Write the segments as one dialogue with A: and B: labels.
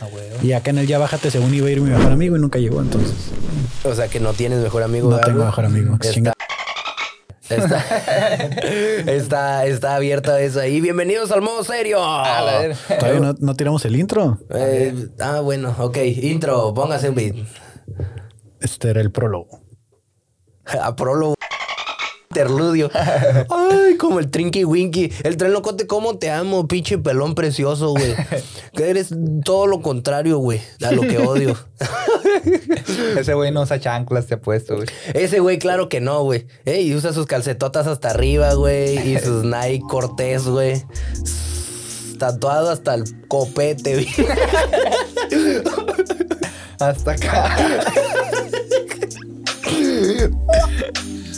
A: Ah, huevo.
B: Y acá en el Ya Bájate, según iba a ir mi mejor amigo y nunca llegó, entonces
C: O sea, que no tienes mejor amigo.
B: no
C: ¿verdad,
B: tengo
C: güey?
B: mejor amigo.
C: Está-
B: Chinga-
C: Está, está, está abierta esa. Y bienvenidos al modo serio.
A: A la ver.
B: Todavía no, no tiramos el intro.
C: Eh, ah, bueno, ok. Intro, póngase un beat.
B: Este era el prólogo.
C: A prólogo. Interludio. Ay, como el Trinky Winky. El tren locote, ¿cómo te amo, pinche pelón precioso, güey? Que eres todo lo contrario, güey, a lo que odio.
A: Ese güey no usa chanclas, te apuesto, güey.
C: Ese güey, claro que no, güey. Ey, y usa sus calcetotas hasta arriba, güey. Y sus Nike Cortés, güey. Tatuado hasta el copete, güey.
A: Hasta acá.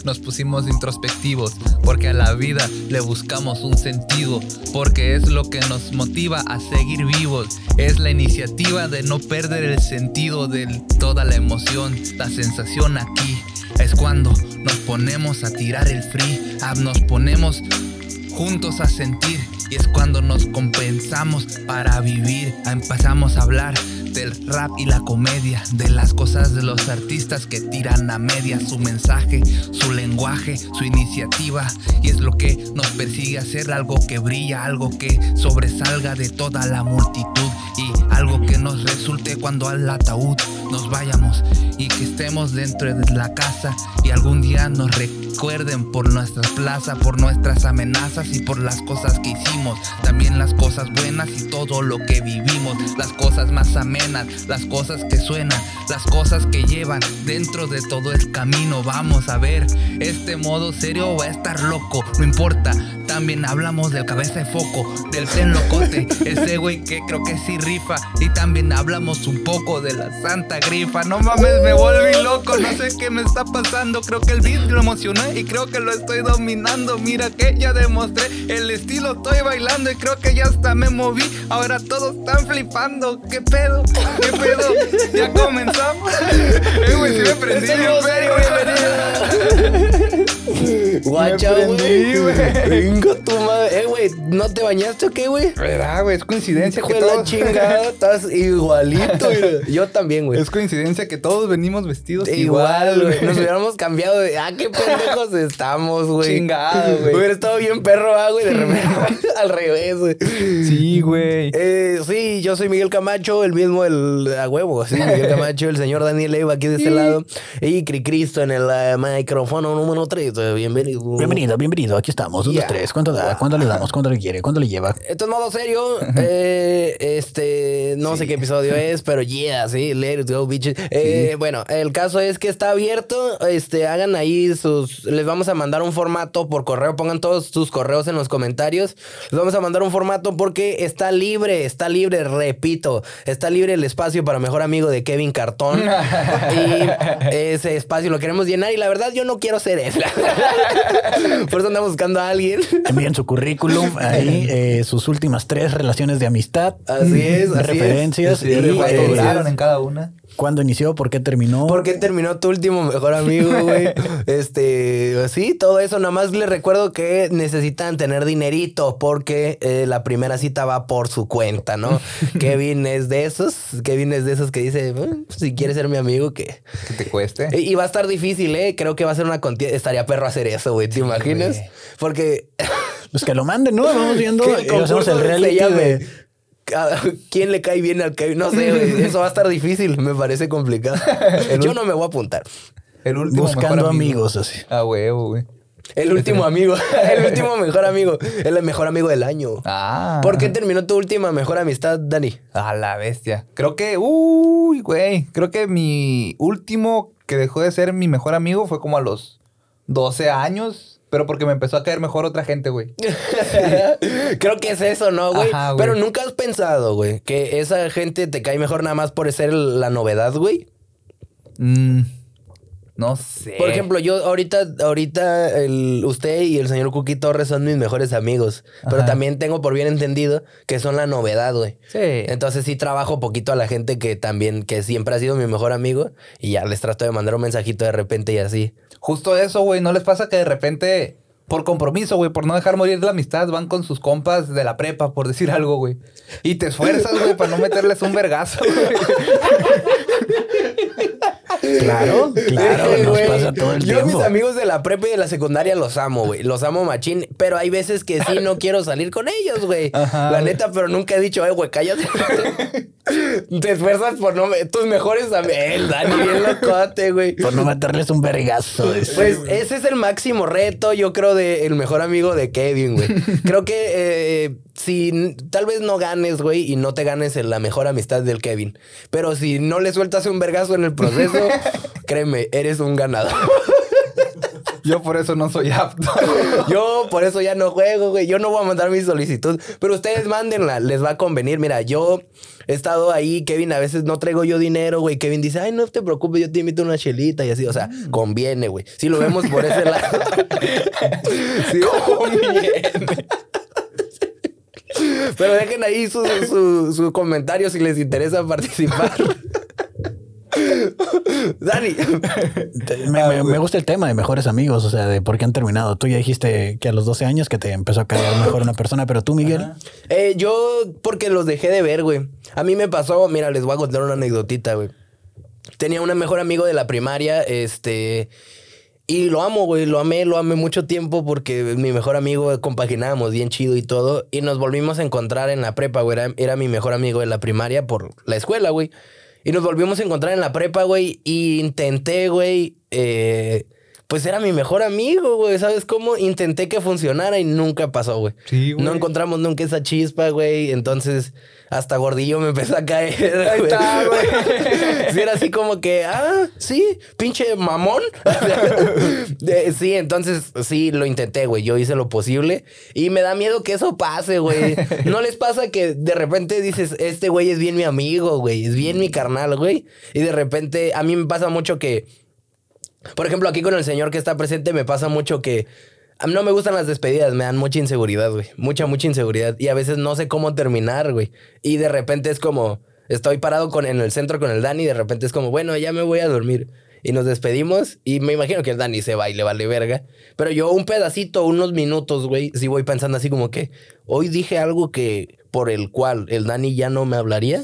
D: Nos pusimos introspectivos porque a la vida le buscamos un sentido, porque es lo que nos motiva a seguir vivos, es la iniciativa de no perder el sentido de toda la emoción, la sensación aquí. Es cuando nos ponemos a tirar el free, ah, nos ponemos juntos a sentir y es cuando nos compensamos para vivir. Ah, Empezamos a hablar del rap y la comedia, de las cosas de los artistas que tiran a media su mensaje, su lenguaje, su iniciativa y es lo que nos persigue hacer algo que brilla, algo que sobresalga de toda la multitud y algo que nos resulte cuando al ataúd nos vayamos y que estemos dentro de la casa y algún día nos recuerden por nuestras plazas, por nuestras amenazas y por las cosas que hicimos, también las cosas buenas y todo lo que vivimos, las cosas más amenas, las cosas que suenan, las cosas que llevan dentro de todo el camino. Vamos a ver, este modo serio va a estar loco, no importa. También hablamos del cabeza de foco, del tren locote, ese güey que creo que sí rifa. Y también hablamos un poco de la santa grifa. No mames, me volví loco, no sé qué me está pasando. Creo que el beat lo emocionó y creo que lo estoy dominando. Mira que ya demostré el estilo, estoy bailando y creo que ya hasta me moví. Ahora todos están flipando. ¿Qué pedo? ¿Qué pedo? Ya comenzamos. Eh, güey, sí me prendí,
C: Este
D: en
C: modo
D: serio, bienvenido.
C: Guacha,
A: prendí,
C: güey.
A: güey.
C: Venga tu madre. Eh, güey, ¿no te bañaste o qué, güey?
A: ¿Verdad, güey? Es coincidencia
C: Hijo
A: que
C: de la
A: todos...
C: chingada, estás igualito. güey. Yo también, güey.
A: Es coincidencia que todos venimos vestidos
C: Pues Igual, güey. Nos hubiéramos cambiado de. Ah, qué pendejos estamos, güey.
A: Chingado, güey.
C: Hubiera estado bien perro, ah, güey. De repente, al revés, güey.
A: Sí, güey.
C: Eh, sí, yo soy Miguel Camacho, el mismo el a huevo, sí, Miguel Camacho, el señor Daniel Eva aquí de este lado y Cricristo en el eh, micrófono número 3. Bienvenido.
B: Bienvenido, bienvenido. Aquí estamos. Uno,
C: Uh. Ya.
B: tres. ¿Cuánto da? ¿Cuánto le damos? ¿Cuánto le quiere? ¿Cuánto le lleva?
C: Esto es modo serio. eh, este, no sé qué episodio es, pero yeah, sí, let it go, bitches. Eh, Bueno, el caso es que está abierto. Este, hagan ahí sus. Les vamos a mandar un formato por correo. Pongan todos sus correos en los comentarios. Les vamos a mandar un formato porque está libre, está libre, repito, está libre el espacio para mejor amigo de Kevin Cartón. y ese espacio lo queremos llenar. Y la verdad, yo no quiero ser él. por eso andamos buscando a alguien.
B: Envíen su currículum, ahí eh, sus últimas tres relaciones de amistad.
C: Así es, así es.
B: referencias
C: Sí,
B: y
C: de
A: ¿Cuánto
C: eh,
A: duraron en cada una?
B: cuándo inició, por qué terminó.
C: ¿Por qué terminó tu último mejor amigo, güey? Este, sí, todo eso. Nada más les recuerdo que necesitan tener dinerito porque eh, la primera cita va por su cuenta, ¿no? Kevin es de esos. Kevin es de esos que dice, "Bueno, pues, si quieres ser mi amigo, que.
A: Que te cueste.
C: Y, y va a estar difícil, ¿eh? Creo que va a ser una contienda. Estaría perro hacer eso, güey. ¿Te imaginas?
A: güey.
C: Porque.
B: Pues que lo manden, ¿no? Vamos viendo.
C: ¿qué
B: eh, hacemos el
C: concurso se
B: reality
C: llame?
B: de.
C: Ah, ¿Quién le cae bien al Kevin? No sé, güey, eso va a estar difícil, me parece complicado. Yo no me voy a apuntar.
A: El último
B: Buscando
A: mejor amigo.
B: amigos, así.
A: Ah, huevo, güey.
C: El
A: Este,
C: último amigo, el último mejor amigo, el mejor amigo del año.
A: eh. Ah.
C: ¿Por qué terminó tu última mejor amistad, Dani?
A: A la bestia. Creo que, uy, güey. Creo que mi último que dejó de ser mi mejor amigo fue como a los 12 años. Pero porque me empezó a caer mejor otra gente, güey.
C: Creo que es eso, ¿no, güey?
A: Ajá, güey.
C: Pero nunca has pensado, güey, que esa gente te cae mejor nada más por ser el- la novedad, güey.
A: Mm, no sé.
C: Por ejemplo, yo ahorita, ahorita el, usted y el señor Cuqui Torres son mis mejores amigos. Pero
A: Ajá.
C: también tengo por bien entendido que son la novedad, güey.
A: Sí.
C: Entonces sí trabajo poquito a la gente que también, que siempre ha sido mi mejor amigo. Y ya les trato de mandar un mensajito de repente y así.
A: Justo eso, güey. ¿No les pasa que de repente
D: por compromiso, güey, por no dejar morir la amistad, van con sus compas de la prepa, por decir algo, güey. Y te esfuerzas, güey, para no meterles un vergazo, güey.
B: Claro, claro,
C: Eh,
B: nos
C: güey,
B: pasa todo el
C: yo a
B: tiempo.
C: mis amigos de la prepa y de la secundaria los amo, güey. Los amo machín, pero hay veces que sí no quiero salir con ellos, güey.
D: Ajá,
C: La
D: güey.
C: neta, pero nunca he dicho, ay, güey, cállate. Te esfuerzas por no... me- Tus mejores amigos... El Dani, bien locote, güey.
B: Por no meterles un vergazo. dice.
C: Pues ese es el máximo reto, yo creo, de el mejor amigo de Kevin, güey. Creo que eh, si n- tal vez no ganes, güey, y no te ganes en la mejor amistad del Kevin. Pero si no le sueltas un vergazo en el proceso, créeme, eres un ganador.
D: Yo por eso no soy apto.
C: Yo por eso ya no juego, güey. Yo no voy a mandar mi solicitud. Pero ustedes mándenla, les va a convenir. Mira, yo he estado ahí, Kevin, a veces no traigo yo dinero, güey. Kevin dice, ay, no te preocupes, yo te invito una chelita y así. O sea, conviene, güey. Si lo vemos por ese lado.
D: Sí,
C: Pero dejen ahí sus su, su comentarios si les interesa participar. Dani.
B: Te- me, me- me gusta el tema de mejores amigos, o sea, de por qué han terminado. Tú ya dijiste que a los 12 años que te empezó a caer mejor una persona, pero tú, Miguel,
C: Eh, yo, porque los dejé de ver, güey. A mí me pasó, mira, les voy a contar una anecdotita, güey. Tenía un mejor amigo de la primaria, este. Y lo amo, güey, lo amé, lo amé mucho tiempo porque mi mejor amigo eh, compaginábamos bien chido y todo. Y nos volvimos a encontrar en la prepa, güey. Era, era mi mejor amigo de la primaria por la escuela, güey. Y nos volvimos a encontrar en la prepa, güey. Y intenté, güey. eh, pues era mi mejor amigo, güey. ¿Sabes cómo? Intenté que funcionara y nunca pasó, güey.
D: Sí, güey.
C: No encontramos nunca esa chispa, güey. Entonces, hasta gordillo me empezó a caer.
D: Ahí está, güey.
C: Sí, era así como que, ah, sí, pinche mamón. De- sí, entonces sí, lo intenté, güey. Yo hice lo posible y me da miedo que eso pase, güey. ¿No les pasa que de repente dices, este güey es bien mi amigo, güey? Es bien mi carnal, güey. Y de repente a mí me pasa mucho que, por ejemplo, aquí con el señor que está presente me pasa mucho que... A mí no me gustan las despedidas, me dan mucha inseguridad, güey. Mucha, mucha inseguridad. Y a veces no sé cómo terminar, güey. Y de repente es como, estoy parado con, en el centro con el Dani y de repente es como, bueno, ya me voy a dormir. Y nos despedimos y me imagino que el Dani se va y le vale verga. Pero yo un pedacito, unos minutos, güey, sí voy pensando así como que, hoy dije algo que por el cual el Dani ya no me hablaría.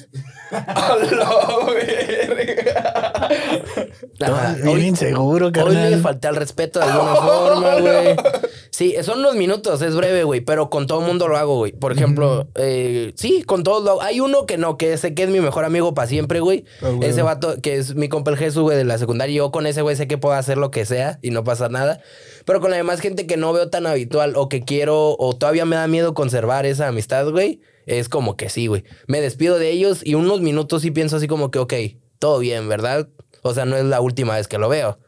B: todo
C: Ajá,
B: bien
C: hoy-
B: inseguro,
C: Hoy le
B: carnal.
C: falté al respeto de alguna forma, güey. Sí, son unos minutos, es breve, güey, pero con todo mundo lo hago, güey. Por ejemplo, eh, sí, con todos lo hago. Hay uno que no, que sé que es mi mejor amigo para siempre, güey. Ese vato que es mi compa el Jesús, güey, de la secundaria. Yo con ese güey sé que puedo hacer lo que sea y no pasa nada. Pero con la demás gente que no veo tan habitual o que quiero o todavía me da miedo conservar esa amistad, güey, es como que sí, güey. Me despido de ellos y unos minutos sí pienso así como que, ok, todo bien, ¿verdad? O sea, no es la última vez que lo veo.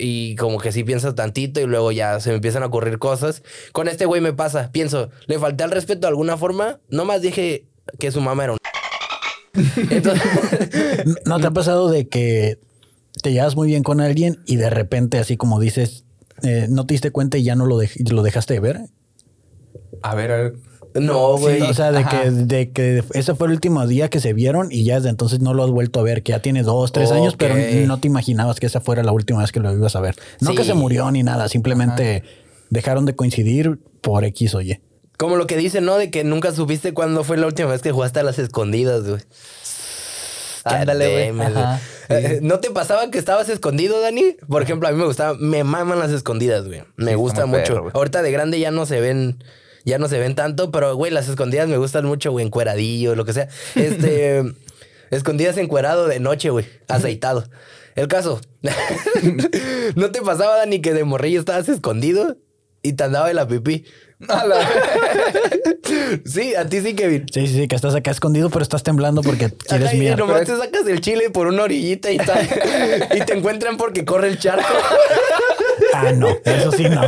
C: Y como que sí piensas tantito y luego ya se me empiezan a ocurrir cosas. Con este güey me pasa, pienso, le falté al respeto de alguna forma. Nomás dije que su mamá era un... Entonces,
B: ¿No te ha pasado de que te llevas muy bien con alguien y de repente, así como dices, eh, no te diste cuenta y ya no lo, dej- lo dejaste de ver?
D: A ver, a ver.
C: no, güey.
B: Sí, o sea, de
D: ajá.
B: que, de que ese fue el último día que se vieron y ya desde entonces no lo has vuelto a ver, que ya tiene dos, tres años, pero
C: Ok.
B: no te imaginabas que esa fuera la última vez que lo ibas a ver. No que
C: Sí.
B: se murió ni nada, simplemente dejaron de coincidir por X o Y.
C: Como lo que dicen, ¿no? De que nunca supiste cuándo fue la última vez que jugaste a las escondidas, güey.
D: Ah, Ándale, güey.
C: Goddamn,
D: Ajá,
C: Eh, ¿No te pasaba que estabas escondido, Dani? Por ejemplo, a mí me gustaba, me maman las escondidas, güey. Me
D: Sí,
C: gusta
D: está muy
C: mucho.
D: perro, güey.
C: Ahorita de grande ya no se ven, ya no se ven tanto, pero güey, las escondidas me gustan mucho, güey, encueradillo, lo que sea. Este, escondidas encuerado de noche, güey, aceitado. El caso, ¿no te pasaba, Dani, que de morrillo estabas escondido y te andaba de la pipí?
D: A la-
C: Sí, a ti sí, Kevin.
B: Sí, sí, sí, que estás acá escondido, pero estás temblando porque quieres
C: Ajá, y
B: mirar.
C: nomás te sacas el chile por una orillita y tal. y te encuentran porque corre el charco.
B: Ah, no, eso sí, no.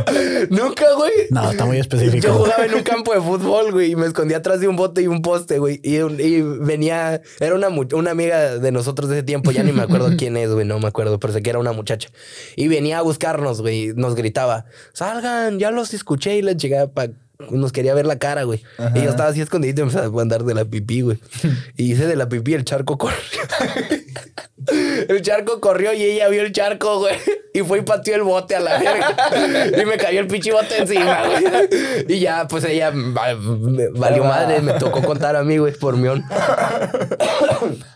C: Nunca, güey.
B: No, está muy específico.
C: Yo jugaba en un campo de fútbol, güey, y me escondía atrás de un bote y un poste, güey. Y, un- y venía, era una, mu- una amiga de nosotros de ese tiempo, ya ni me acuerdo quién es, güey, no me acuerdo, pero sé que era una muchacha. Y venía a buscarnos, güey, y nos gritaba, salgan, ya los escuché y la llegaba para... Nos quería ver la cara, güey. Y yo estaba así escondido y me empezaba a andar de la pipí, güey. Y hice de la pipí, el charco corrió. el charco corrió y ella vio el charco, güey. Y fue y pateó el bote a la verga. Y me cayó el pinche bote encima, güey. Y ya, pues ella va- me- valió madre. Me tocó contar a mí, güey, por mión.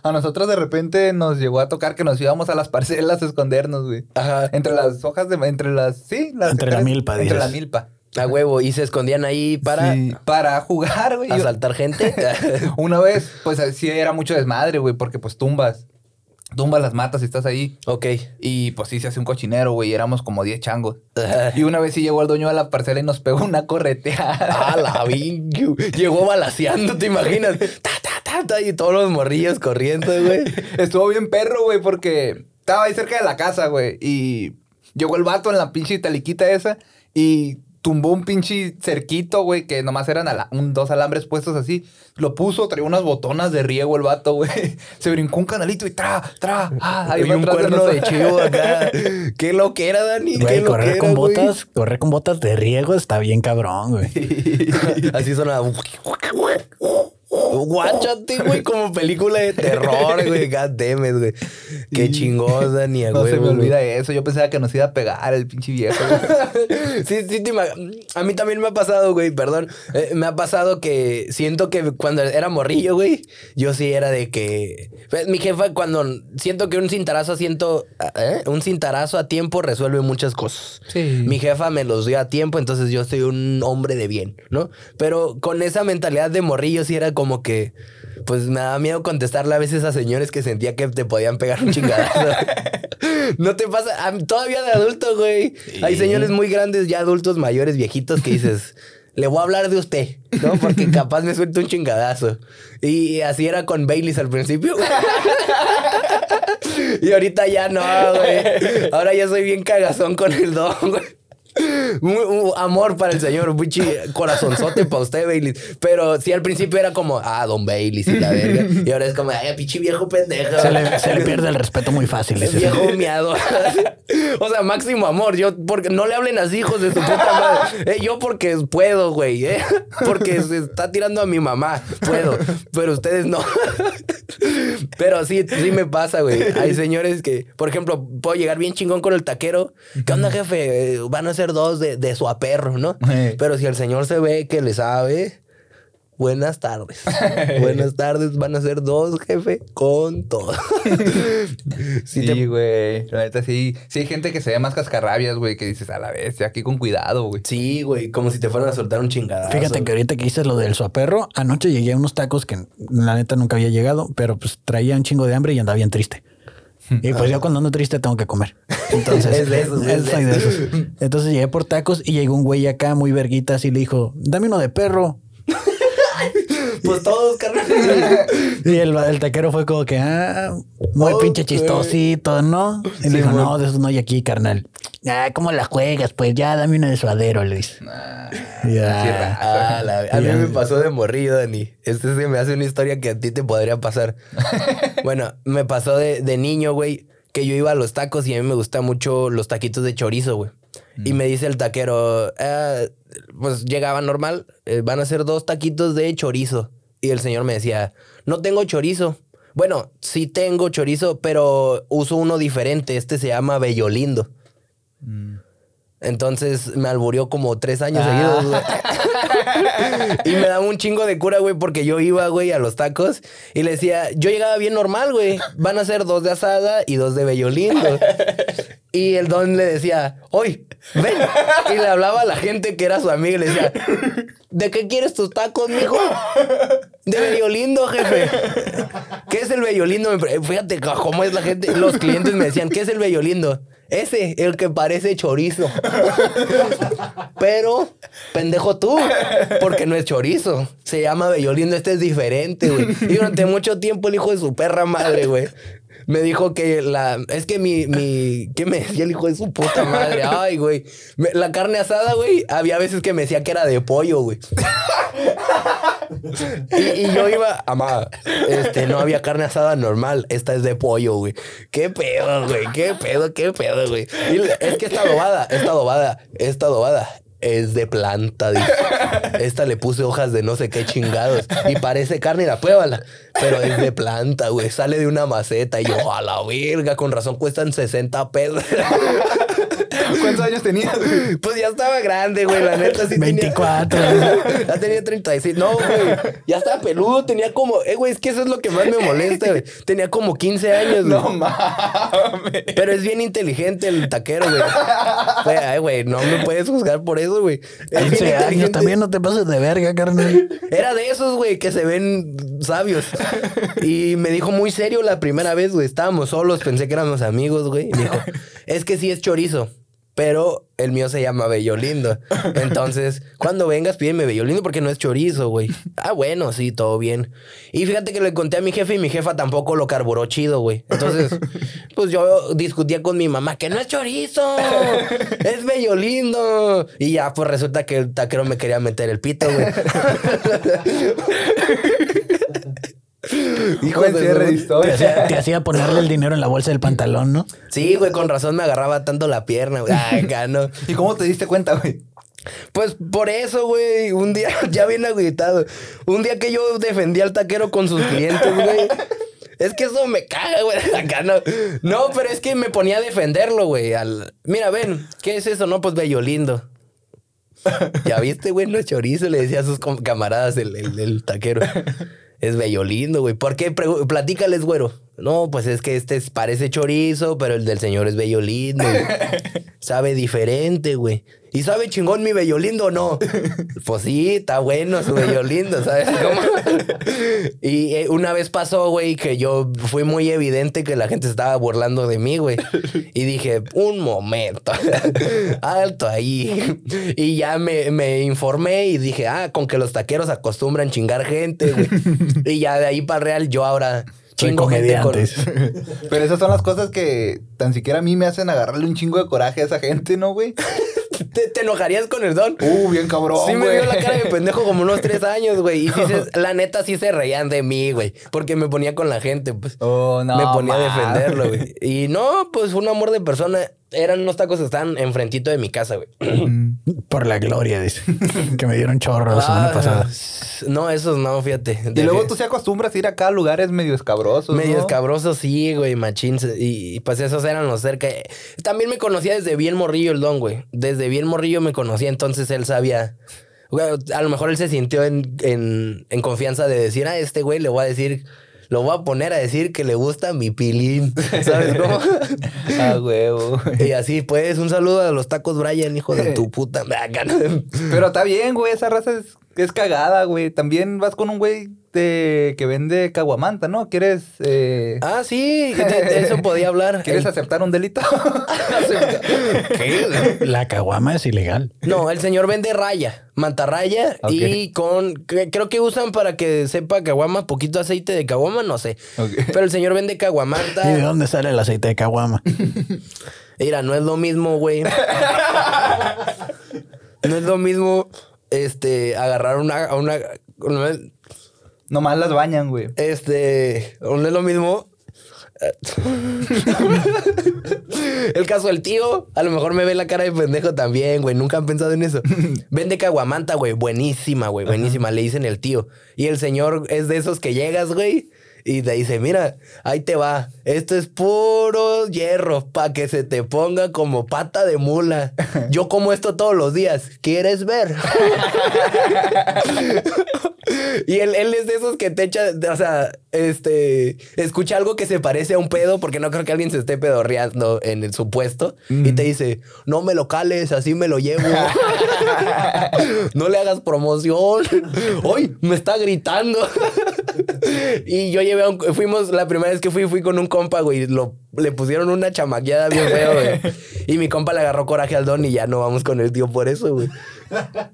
D: A nosotros de repente nos llegó a tocar que nos íbamos a las parcelas a escondernos, güey.
C: Ajá.
D: Entre las hojas de... Entre las... Sí, las...
B: Entre la milpa,
D: Entre
B: dices.
D: la milpa.
C: A huevo. Y se escondían ahí para
D: Sí, para jugar, güey. Yo-
C: asaltar gente.
D: Una vez, pues sí era mucho desmadre, güey, porque pues tumbas. Tumbas las matas y estás ahí.
C: ok.
D: Y pues sí se hace un cochinero, güey. Éramos como 10 changos. Y una vez sí llegó el dueño de la parcela y nos pegó una correteada.
C: A la bingo. Llegó balaseando, ¿te imaginas? Ta, ta, ta, ta, y todos los morrillos corriendo, güey.
D: Estuvo bien perro, güey, porque estaba ahí cerca de la casa, güey. Y llegó el vato en la pinche taliquita esa y tumbó un pinche cerquito, güey, que nomás eran ala- un, dos alambres puestos así. Lo puso, traía unas botonas de riego el vato, güey. Se brincó un canalito y tra, tra. Ah, ahí
C: y
D: va
C: un
D: atrás de
C: cuerno de
D: nosotros.
C: chivo acá. Qué lo que era, Dani.
B: Güey,
C: Qué lo
B: correr
C: que
B: con botas, correr con botas de riego está bien cabrón, güey.
C: Así sonaba. Guáchate, güey, como película de terror, güey. God damn it, güey. Qué chingón, Dani. a
D: No se
C: huevo,
D: me
C: güey.
D: olvida eso. Yo pensaba que nos iba a pegar el pinche viejo.
C: Sí, sí, te imag- a mí también me ha pasado, güey, perdón. Eh, me ha pasado que siento que cuando era morrillo, güey, yo sí era de que... Pues, Mi jefa, cuando siento que un cintarazo, siento, ¿eh? un cintarazo a tiempo resuelve muchas cosas.
D: Sí.
C: Mi jefa me los dio a tiempo, entonces yo soy un hombre de bien, ¿no? Pero con esa mentalidad de morrillo sí era como que... Pues me daba miedo contestarle a veces a señores que sentía que te podían pegar un chingadazo. no te pasa... a- Todavía de adulto, güey. Hay señores muy grandes, ya adultos mayores, viejitos, que dices... Le voy a hablar de usted, ¿no? Porque capaz me suelta un chingadazo. Y así era con Baileys al principio. Y ahorita ya no, güey. Ahora ya soy bien cagazón con el don, güey. Un- un amor para el señor, un pinche corazonzote para usted, Bailey. Pero sí, al principio era como, ah, don Bailey, sí, la verga. Y ahora es como, ay, pinche viejo pendejo.
B: Se le, se le pierde el respeto muy fácil. ese
C: Viejo miado. o sea, máximo amor. Yo, porque no le hablen así, hijos de su puta madre. Eh, yo porque puedo, güey. eh. Porque se está tirando a mi mamá. Puedo. Pero ustedes no. Pero sí, sí me pasa, güey. Hay señores que, por ejemplo, puedo llegar bien chingón con el taquero. ¿Qué onda, jefe? Eh, Van a ser dos de, de su aperro, ¿no?
D: Ey.
C: Pero si el señor se ve que le sabe. Buenas tardes. Buenas tardes. Van a ser dos, jefe, con todo. Sí, te-
D: Sí, güey. La neta, sí. Sí, hay gente que se ve más cascarrabias, güey, que dices a la bestia, aquí con cuidado, güey.
C: Sí, güey, como si te fueran a soltar un chingadazo.
B: Fíjate que ahorita que dices lo del suaperro, anoche llegué a unos tacos que la neta nunca había llegado, pero pues traía un chingo de hambre y andaba bien triste. Y pues yo cuando ando triste tengo que comer. Entonces,
C: Hmm. Ah. Es de esos, es de
B: soy de esos. Entonces llegué por tacos y llegó un güey acá muy verguita así y le dijo, dame uno de perro.
C: Pues todos, carnal.
B: Y el, el taquero fue como que, ah, muy
C: Ok.
B: pinche chistosito, ¿no? Y le dijo, no, de esos no hay aquí, carnal. Ah, ¿cómo la juegas? Pues ya, dame uno de suadero, le dice. Y, ah,
D: sí, ra-
C: Ah, la- a mí me pasó de morrido, Dani. Este se me hace una historia que a ti te podría pasar. Bueno, me pasó de, de niño, güey, que yo iba a los tacos y a mí me gustan mucho los taquitos de chorizo, güey. Y me dice el taquero, "Ah", pues llegaba normal, eh, van a ser dos taquitos de chorizo. Y el señor me decía, no tengo chorizo. Bueno, sí tengo chorizo, pero uso uno diferente. Este se llama Bellolindo. Mm. Entonces me alburió como tres años seguidos, güey. Y me daba un chingo de cura, güey, porque yo iba, güey, a los tacos y le decía, yo llegaba bien normal, güey. Van a ser dos de asada y dos de bellolindo. Y el don le decía, hoy, ven. Y le hablaba a la gente que era su amiga y le decía, ¿de qué quieres tus tacos, mijo? De bellolindo, jefe. ¿Qué es el bellolindo? Me pre- Fíjate ca- cómo es la gente. Los clientes me decían, ¿qué es el bellolindo? Ese, el que parece chorizo. Pero, pendejo tú, porque no es chorizo. Se llama Bellolindo, este es diferente, güey. Y durante mucho tiempo el hijo de su perra madre, güey. Me dijo que la... Es que mi... mi ¿Qué me decía el hijo de su puta madre? Ay, güey. Me- La carne asada, güey. Había veces que me decía que era de pollo, güey. Y, y yo iba, amada, este, no había carne asada normal, esta es de pollo, güey. Qué pedo, güey, qué pedo, qué pedo, güey. Y le- es que está adobada, está adobada, está adobada. es de planta, dice. Esta le puse hojas de no sé qué chingados. Y parece carne, y la pruébala. Pero es de planta, güey. Sale de una maceta. Y yo, a la verga, con razón cuestan 60 pesos.
D: ¿Cuántos años tenías, güey?
C: Pues ya estaba grande, güey, la neta. Sí
B: 24.
C: Tenía, ya tenía 36. No, güey. Ya estaba peludo. Tenía como... Eh, güey, es que eso es lo que más me molesta, güey. Tenía como 15 años, güey.
D: No mames.
C: Pero es bien inteligente el taquero, güey. Güey, ay, güey, no me puedes juzgar por eso, güey. Es bien
B: 15 años.
C: inteligente.
B: También no te pases de verga, carnal.
C: Era de esos, güey, que se ven sabios. Y me dijo muy serio la primera vez, güey. Estábamos solos, pensé que éramos amigos, güey. Y dijo, es que sí es chorizo, pero el mío se llama Bellolindo. Entonces, cuando vengas, pídeme Bellolindo porque no es chorizo, güey. Ah, bueno, sí, todo bien. Y fíjate que le conté a mi jefe y mi jefa tampoco lo carburó chido, güey. Entonces, pues yo discutía con mi mamá que no es chorizo, es Bellolindo. Y ya, pues resulta que el taquero me quería meter el pito, güey.
D: Hijo de cierre de
B: Te
D: historia.
B: hacía, te hacía ponerle el dinero en la bolsa del pantalón, ¿no?
C: Sí, güey, con razón me agarraba tanto la pierna, güey. Ah, acá no.
D: ¿Y cómo te diste cuenta, güey?
C: Pues por eso, güey, un día, ya bien agüitado, un día que yo defendí al taquero con sus clientes, güey. Es que eso me caga, güey. Acá no. No, pero es que me ponía a defenderlo, güey. al- Mira, ven, ¿qué es eso? No, pues bello lindo. Ya viste, güey, no es chorizo, le decía a sus com- camaradas el, el- el taquero. Es bello lindo, güey. ¿Por qué? Pregu- Platícales, güero. No, pues es que este es- parece chorizo, pero el del señor es bello lindo. güey. Sabe diferente, güey. ¿Y sabe chingón mi bello lindo o no? Pues sí, está bueno su bello lindo, ¿sabes? cómo? Y eh, una vez pasó, güey, que yo fui muy evidente que la gente se estaba burlando de mí, güey. Y dije, un momento, alto ahí. Y ya me, me informé y dije, ah, con que los taqueros acostumbran chingar gente, güey. Y ya de ahí para real, yo ahora
B: Soy
C: chingo gente con,
B: comediante.
D: Pero esas son las cosas que tan siquiera a mí me hacen agarrarle un chingo de coraje a esa gente, ¿no, güey?
C: ¿Te, te enojarías con el don?
D: Uh, bien cabrón,
C: Sí me
D: güey.
C: vio la cara de pendejo como unos tres años, güey. Y sí se- la neta sí se reían de mí, güey. Porque me ponía con la gente, pues.
D: Oh, no,
C: me ponía
D: mames.
C: a defenderlo, güey. Y no, pues fue un amor de persona. Eran unos tacos que estaban enfrentito de mi casa, güey.
B: Por la gloria, dice. Que me dieron chorro la semana
C: Ah,
B: pasada.
C: No, esos no, fíjate.
D: Y luego tú se acostumbras a ir acá a lugares medio escabrosos,
C: Medio
D: ¿no?
C: escabroso, sí, güey, machín. se- Y, y, pues esos eran los cerca. También me conocía desde bien morrillo el don, güey. Desde bien morrillo me conocía, entonces él sabía. Güey, a lo mejor él se sintió en, en- en confianza de decir, ah, este güey le voy a decir, lo voy a poner a decir que le gusta mi pilín. ¿Sabes cómo?
D: Ah, huevo.
C: y así, pues, un saludo a los tacos Brian, hijo de tu puta. Ah,
D: Pero está bien, güey. Esa raza es, es cagada, güey. También vas con un güey de, que vende caguamanta, ¿no? ¿Quieres, eh,
C: ah, sí, de, de eso podía hablar.
D: ¿quieres
C: El-
D: aceptar un delito?
B: La caguama es ilegal.
C: No, el señor vende raya, mantarraya y con. cre- Creo que usan para que sepa caguama, poquito aceite de caguama, no sé. Pero el señor vende
B: ¿Y de
C: caguamanta.
B: dónde sale el aceite de caguama?
C: Mira, no es lo mismo, güey. no es lo mismo este, agarrar una. a una no es-
D: Nomás las bañan, güey.
C: Este, no es lo mismo. El caso del tío, a lo mejor me ve la cara de pendejo también, güey. Nunca han pensado en eso. Vende caguamanta, güey. Buenísima, güey. Buenísima. Le dicen el tío. Y el señor es de esos que llegas, güey. Y te dice, mira, ahí te va. Esto es puro hierro para que se te ponga como pata de mula. Yo como esto todos los días. ¿Quieres ver? Y él, él es de esos que te echa, o sea, este, escucha algo que se parece a un pedo, porque no creo que alguien se esté pedorreando en el supuesto, y te dice, no me lo cales, así me lo llevo. no le hagas promoción. Hoy me está gritando. y yo llevé a un, fuimos, la primera vez que fui, fui con un compa, güey, lo, le pusieron una chamaqueada bien feo, güey. Y mi compa le agarró coraje al don y ya no vamos con el tío por eso, güey.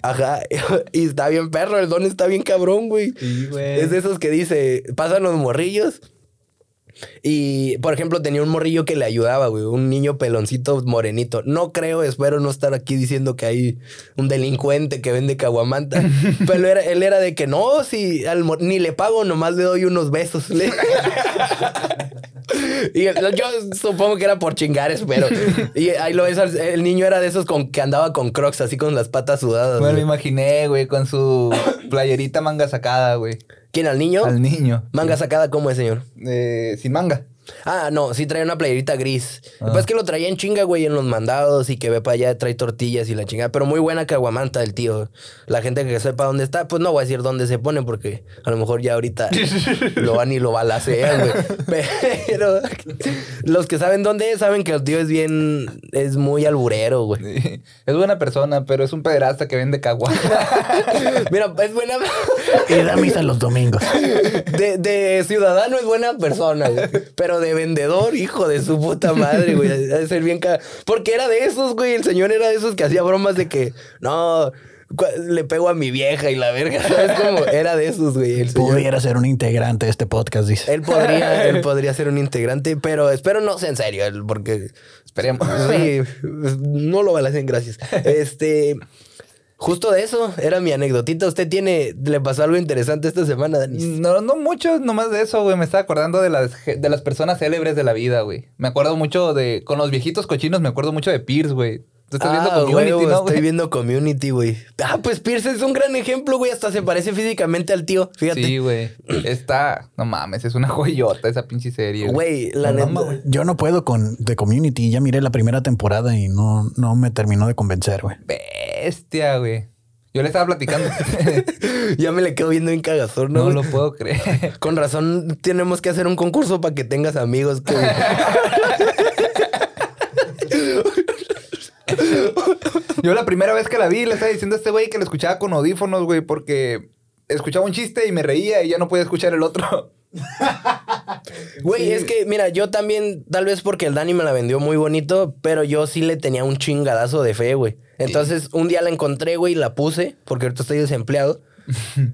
C: Ajá, y está bien perro, el don está bien cabrón, güey.
D: Sí, güey.
C: Es de esos que dice, pasan los morrillos. Y, por ejemplo, tenía un morrillo que le ayudaba, güey, un niño peloncito morenito. No creo, espero no estar aquí diciendo que hay un delincuente que vende caguamanta. Pero era- él era de que no, si al mor- ni le pago, nomás le doy unos besos. Le- Y el- yo supongo que era por chingares, pero. Y ahí lo ves, al- el niño era de esos con que andaba con crocs, así con las patas sudadas.
D: Me lo
C: güey.
D: imaginé, güey, con su playerita manga sacada, güey.
C: ¿Quién, al niño?
D: Al niño.
C: Manga sacada, ¿cómo es, señor?
D: Eh, sin manga.
C: Ah, no, sí traía una playerita gris. Lo que pasa es que lo traía en chinga, güey, en los mandados y que ve para allá, trae tortillas y la chingada. Pero muy buena caguamanta el tío. La gente que sepa dónde está, pues no voy a decir dónde se pone porque a lo mejor ya ahorita lo van y lo balacean, güey. Pero los que saben dónde es, saben que el tío es bien, es muy alburero, güey.
D: Es buena persona, pero es un pederasta que vende caguama.
C: Mira, es buena.
B: Y da misa los domingos.
C: De, de ciudadano es buena persona, güey. Pero de vendedor, hijo de su puta madre, güey. Ha de ser bien ca- Porque era de esos, güey. El señor era de esos que hacía bromas de que, no, cua- le pego a mi vieja y la verga. ¿Sabes cómo? Era de esos, güey. El señor.
B: Pudiera ser un integrante de este podcast, dice.
C: Él podría, él podría ser un integrante, pero espero no sea en serio, él, porque
D: Esperemos.
C: sí, no lo balacen, gracias. Este, justo de eso era mi anecdotita. ¿Usted tiene, le pasó algo interesante esta semana, Dani?
D: No, no mucho, nomás de eso, güey. Me estaba acordando de las, ge- de las personas célebres de la vida, güey. Me acuerdo mucho de... Con los viejitos cochinos me acuerdo mucho de Pierce, güey. Tú estás viendo
C: Ah,
D: Community,
C: huevo,
D: ¿no,
C: Estoy
D: güey?
C: viendo Community, güey. Ah, pues Pierce es un gran ejemplo, güey. Hasta se parece físicamente al tío. Fíjate.
D: Sí, güey. Está... No mames, es una joyota esa pinche serie.
C: güey, la
B: No,
C: neta.
B: ma, güey. Yo no puedo con The Community. Ya miré la primera temporada y no, no me terminó de convencer, güey.
D: Bestia, güey. Yo le estaba platicando.
C: ya me le quedo viendo en cagazón, ¿no?
D: no
C: güey?
D: lo puedo creer.
C: Con razón tenemos que hacer un concurso para que tengas amigos. que-
D: Yo la primera vez que la vi le estaba diciendo a este güey que lo escuchaba con audífonos, güey, porque escuchaba un chiste y me reía y ya no podía escuchar el otro.
C: Güey, es que, mira, yo también, tal vez porque el Dani me la vendió muy bonito, pero yo sí le tenía un chingadazo de fe, güey. Entonces, un día la encontré, güey, y la puse, porque ahorita estoy desempleado.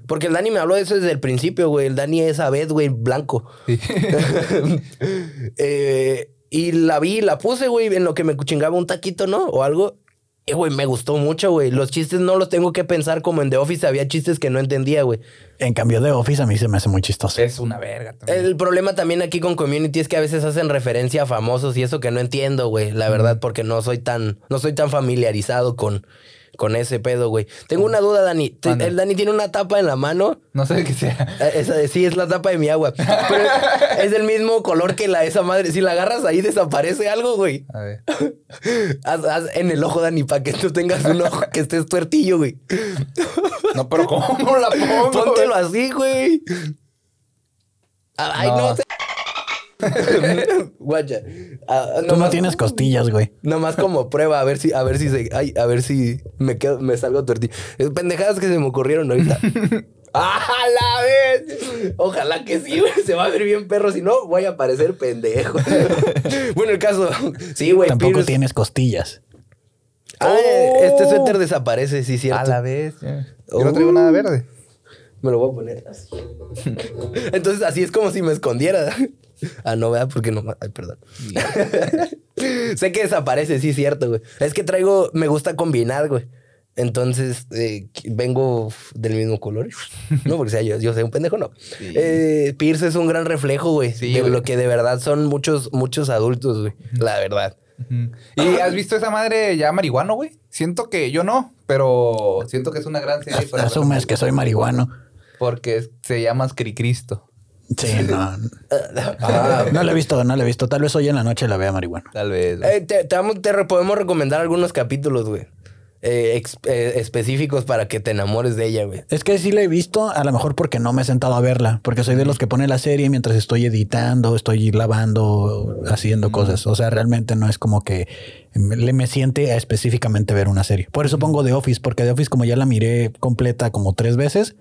C: Porque el Dani me habló de eso desde el principio, güey. El Dani es Abed, güey, blanco. Eh, y la vi, la puse, güey, en lo que me chingaba un taquito, ¿no? O algo. Eh, güey, me gustó mucho, güey. Los chistes no los tengo que pensar como en The Office. Había chistes que no entendía, güey.
B: En cambio, The Office a mí se me hace muy chistoso.
D: Es una verga también.
C: El problema también aquí con Community es que a veces hacen referencia a famosos y eso que no entiendo, güey. La verdad, porque no soy tan, no soy tan familiarizado con, con ese pedo, güey. Tengo una duda, Dani. Te-
D: Mande.
C: El Dani tiene una tapa en la mano.
D: No sé qué sea.
C: Eh, Esa, sí, es la tapa de mi agua. Pero es, es del mismo color que la esa madre. Si la agarras ahí, desaparece algo, güey.
D: A ver.
C: Haz, haz en el ojo, Dani, para que tú tengas un ojo que estés tuertillo, güey.
D: No, pero ¿cómo la pongo?
C: Póntelo así, güey. Ah, Ay, no.
D: No.
C: te- Guacha. Ah,
B: Tú no
C: nomás-
B: tienes costillas, güey.
C: Nomás como prueba, a ver si, a ver si se, ay, a ver si me quedo, me salgo tortillo. Pendejadas que se me ocurrieron ahorita. ¡Ah, la vez! Ojalá que sí, güey. Se va a ver bien perro. Si no, voy a parecer pendejo. bueno, el caso. Sí, güey.
B: Tampoco
C: Pierce-
B: tienes costillas.
C: Ah,
D: Oh.
C: este suéter desaparece, sí, cierto.
D: A la vez. ya. Yo no traigo nada verde.
C: Me lo voy a poner así. Entonces, así es como si me escondiera. Ah, no, ¿verdad? Porque no. Ay, perdón. sé que desaparece, sí, cierto, güey. Es que traigo. Me gusta combinar, güey. Entonces, eh, qu- vengo del mismo color. No, porque sea yo, yo soy un pendejo, no. Eh, Pierce es un gran reflejo, güey.
D: Sí,
C: de
D: güey.
C: lo que de verdad son muchos, muchos adultos, güey. La verdad.
D: Ujú. ¿Y has visto esa madre ya marihuano, güey? Siento que yo no, pero siento que es una gran serie. para-
B: Asumes que soy marihuano.
D: Porque es- se llama Cricristo.
B: Sí, no.
C: Ah,
D: Ah,
B: No lo he visto, no lo he visto. Tal vez hoy en la noche la vea marihuana.
D: Tal vez. güey.
C: Eh, te, te vamos- te re- podemos recomendar algunos capítulos, güey. Eh, ex- eh, específicos para que te enamores de ella, güey.
B: Es que sí la he visto, a lo mejor porque no me he sentado a verla, porque soy de los que pone la serie mientras estoy editando, estoy lavando,
C: Mm.
B: haciendo cosas. O sea, realmente no es como que me- le me siente a específicamente ver una serie. Por
C: Mm.
B: eso pongo The Office, porque The Office como ya la miré completa como tres veces,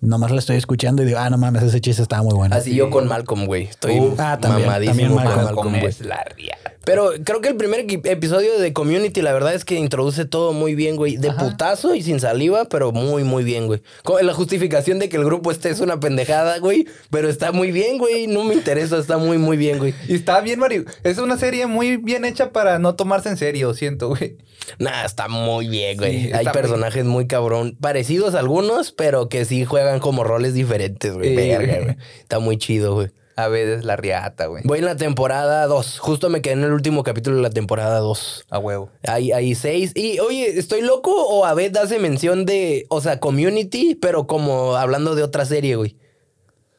B: nomás la estoy escuchando y digo, ah, no mames, ese chiste estaba muy bueno.
C: Así yo con Malcolm, güey. Estoy
B: Ah, Uf, ah, también,
C: mamadísimo
B: también
C: con
B: Malcolm.
C: Malcolm, güey.
D: es la riata.
C: Pero creo que el primer equi- episodio de Community, la verdad es que introduce todo muy bien, güey. De putazo y sin saliva, pero muy, muy bien, güey. Con la justificación de que el grupo este es una pendejada, güey. Pero está muy bien, güey. No me interesa, está muy, muy bien, güey.
D: Y está bien, Mario. Es una serie muy bien hecha para no tomarse en serio, siento, güey.
C: Nah, está muy bien,
D: Sí,
C: güey.
D: está
C: Hay
D: muy-
C: personajes muy cabrón. Parecidos algunos, pero que sí juegan como roles diferentes, güey.
D: Sí,
C: Verga,
D: güey.
C: güey. Está muy chido, güey.
D: A veces la riata, güey.
C: Voy en la temporada 2. Justo me quedé en el último capítulo de la temporada 2.
D: A huevo.
C: Hay, hay seis. Y oye, ¿estoy loco o a veces hace mención de, o sea, community, pero como hablando de otra serie, güey?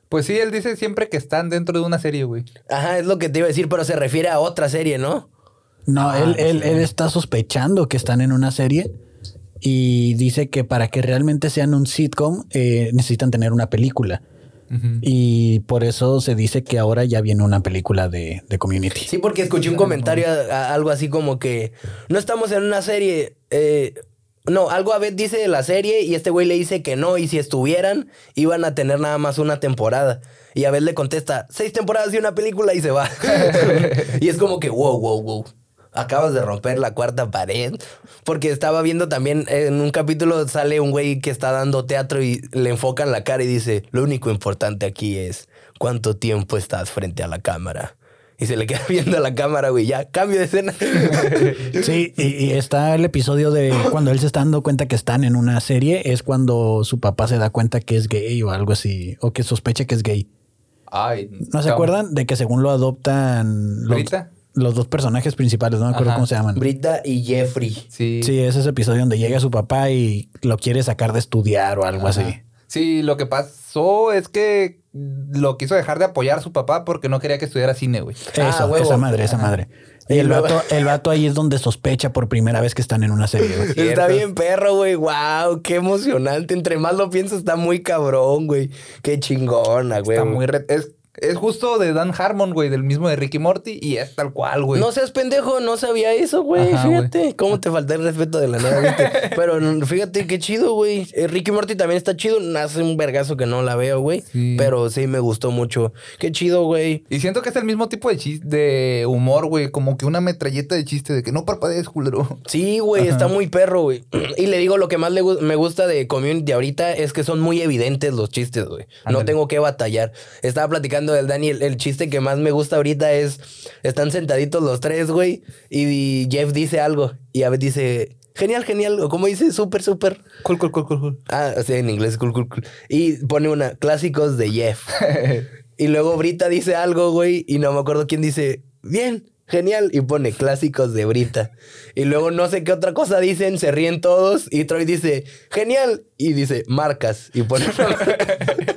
D: Pues sí, él dice siempre que están dentro de una serie, güey.
C: Ajá, es lo que te iba a decir, pero se refiere a otra serie, ¿no?
B: No, él, él, él está sospechando que están en una serie y dice que para que realmente sean un sitcom eh, necesitan tener una película. Y por eso se dice que ahora ya viene una película de, de Community.
C: Sí, porque escuché un comentario a- a- algo así como que no estamos en una serie. eh, no, algo a veces dice de la serie y este güey le dice que no. Y si estuvieran, iban a tener nada más una temporada. Y a veces le contesta seis temporadas y una película y se va. y es como que wow, wow, wow. Acabas de romper la cuarta pared. Porque estaba viendo también eh, en un capítulo sale un güey que está dando teatro y le enfocan la cara y dice: Lo único importante aquí es cuánto tiempo estás frente a la cámara. Y se le queda viendo a la cámara, güey. Ya, cambio de escena.
B: Sí, y, y está el episodio de cuando él se está dando cuenta que están en una serie, es cuando su papá se da cuenta que es gay o algo así, o que sospecha que es gay.
D: Ay.
B: ¿No se acuerdan de que según lo adoptan los,
D: ¿Brita?
B: los dos personajes principales? No me acuerdo
D: Ajá.
B: cómo se llaman.
C: Brita y Jeffrey.
D: Sí.
B: Sí, es ese episodio donde llega su papá y lo quiere sacar de estudiar o algo así.
D: Ajá. Sí, lo que pasó es que lo quiso dejar de apoyar a su papá porque no quería que estudiara cine, güey.
C: Ah,
B: Eso,
C: huevo.
B: esa madre, esa madre. Y
C: Y
B: el
C: luego-
B: vato, el vato ahí es donde sospecha por primera vez que están en una serie. güey.
D: Cierto.
C: Está bien, perro, güey. Wow, qué emocionante. Entre más lo pienso, está muy cabrón, güey. Qué chingona, güey.
D: Está muy re- es, es justo de Dan Harmon, güey, del mismo de Ricky Morty y es tal cual, güey.
C: No seas pendejo, no sabía eso, güey.
D: Ajá,
C: Fíjate cómo te falta el respeto de la nada, ¿viste? Pero mm, fíjate qué chido, güey. Eh, Ricky Morty también está chido. Hace un vergazo que no la veo, güey.
D: Sí.
C: Pero sí me gustó mucho. Qué chido, güey.
D: Y siento que es el mismo tipo de chis- de humor, güey, como que una metralleta de chiste de que no parpadees, culero.
C: Sí, güey, está muy perro, güey. Y le digo, lo que más le gu- me gusta de Community ahorita es que son muy evidentes los chistes, güey. No
D: Ándale.
C: tengo que batallar. Estaba platicando del Dani, el, el chiste que más me gusta ahorita es, están sentaditos los tres, güey, y Jeff dice algo, y a veces dice, genial, genial, o como dice, súper, súper.
D: Cool, cool, cool, cool, cool.
C: Ah, o sea, en inglés, cool, cool, cool. Y pone una, clásicos de Jeff. y luego Brita dice algo, güey, y no me acuerdo quién dice, bien, genial, y pone clásicos de Brita. Y luego no sé qué otra cosa dicen, se ríen todos, y Troy dice, genial, y dice, marcas, y pone una marca.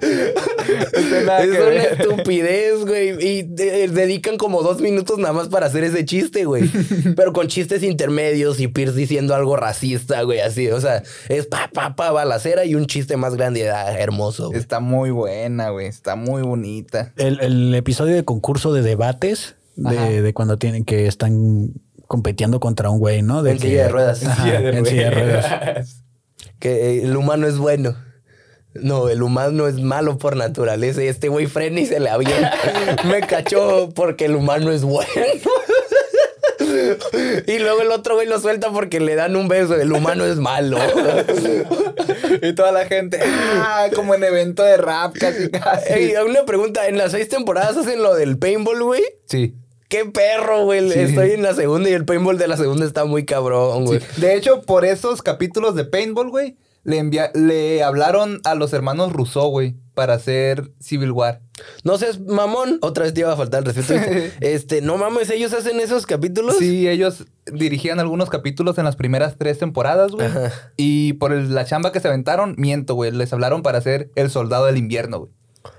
D: nada
C: es
D: que
C: una
D: ver.
C: estupidez, güey. Y de- eh, dedican como dos minutos nada más para hacer ese chiste, güey. Pero con chistes intermedios y Pierce diciendo algo racista, güey, así. O sea, es pa, pa, pa, balacera y un chiste más grande. Ah, hermoso. güey.
D: Está muy buena, güey. Está muy bonita.
B: El, el episodio de concurso de debates,
D: Ajá.
B: de, de cuando tienen que están compitiendo contra un güey, ¿no? De
C: En
B: que-
C: silla de ruedas.
B: Ajá, en silla de ruedas.
C: Que eh, el humano es bueno. No, el humano es malo por naturaleza. Y este güey frena y se le avienta. Me cachó porque el humano es bueno. Y luego el otro güey lo suelta porque le dan un beso. El humano es malo.
D: y toda la gente, ah, como en evento de rap, casi, casi.
C: Ey, una pregunta. En las seis temporadas hacen lo del paintball, güey.
D: sí.
C: Qué perro, güey.
D: Sí.
C: Estoy en la segunda y el paintball de la segunda está muy cabrón, güey.
D: pues. De hecho, por esos capítulos de Paintball, güey, le, envia- le hablaron a los hermanos Rousseau, güey, para hacer Civil War.
C: No seas mamón. Otra vez te iba a faltar el respeto. Este, no mames, ellos hacen esos capítulos.
D: Sí, ellos dirigían algunos capítulos en las primeras tres temporadas, güey.
C: Ajá.
D: Y por el- la chamba que se aventaron, miento, güey. Les hablaron para hacer El Soldado del Invierno, güey.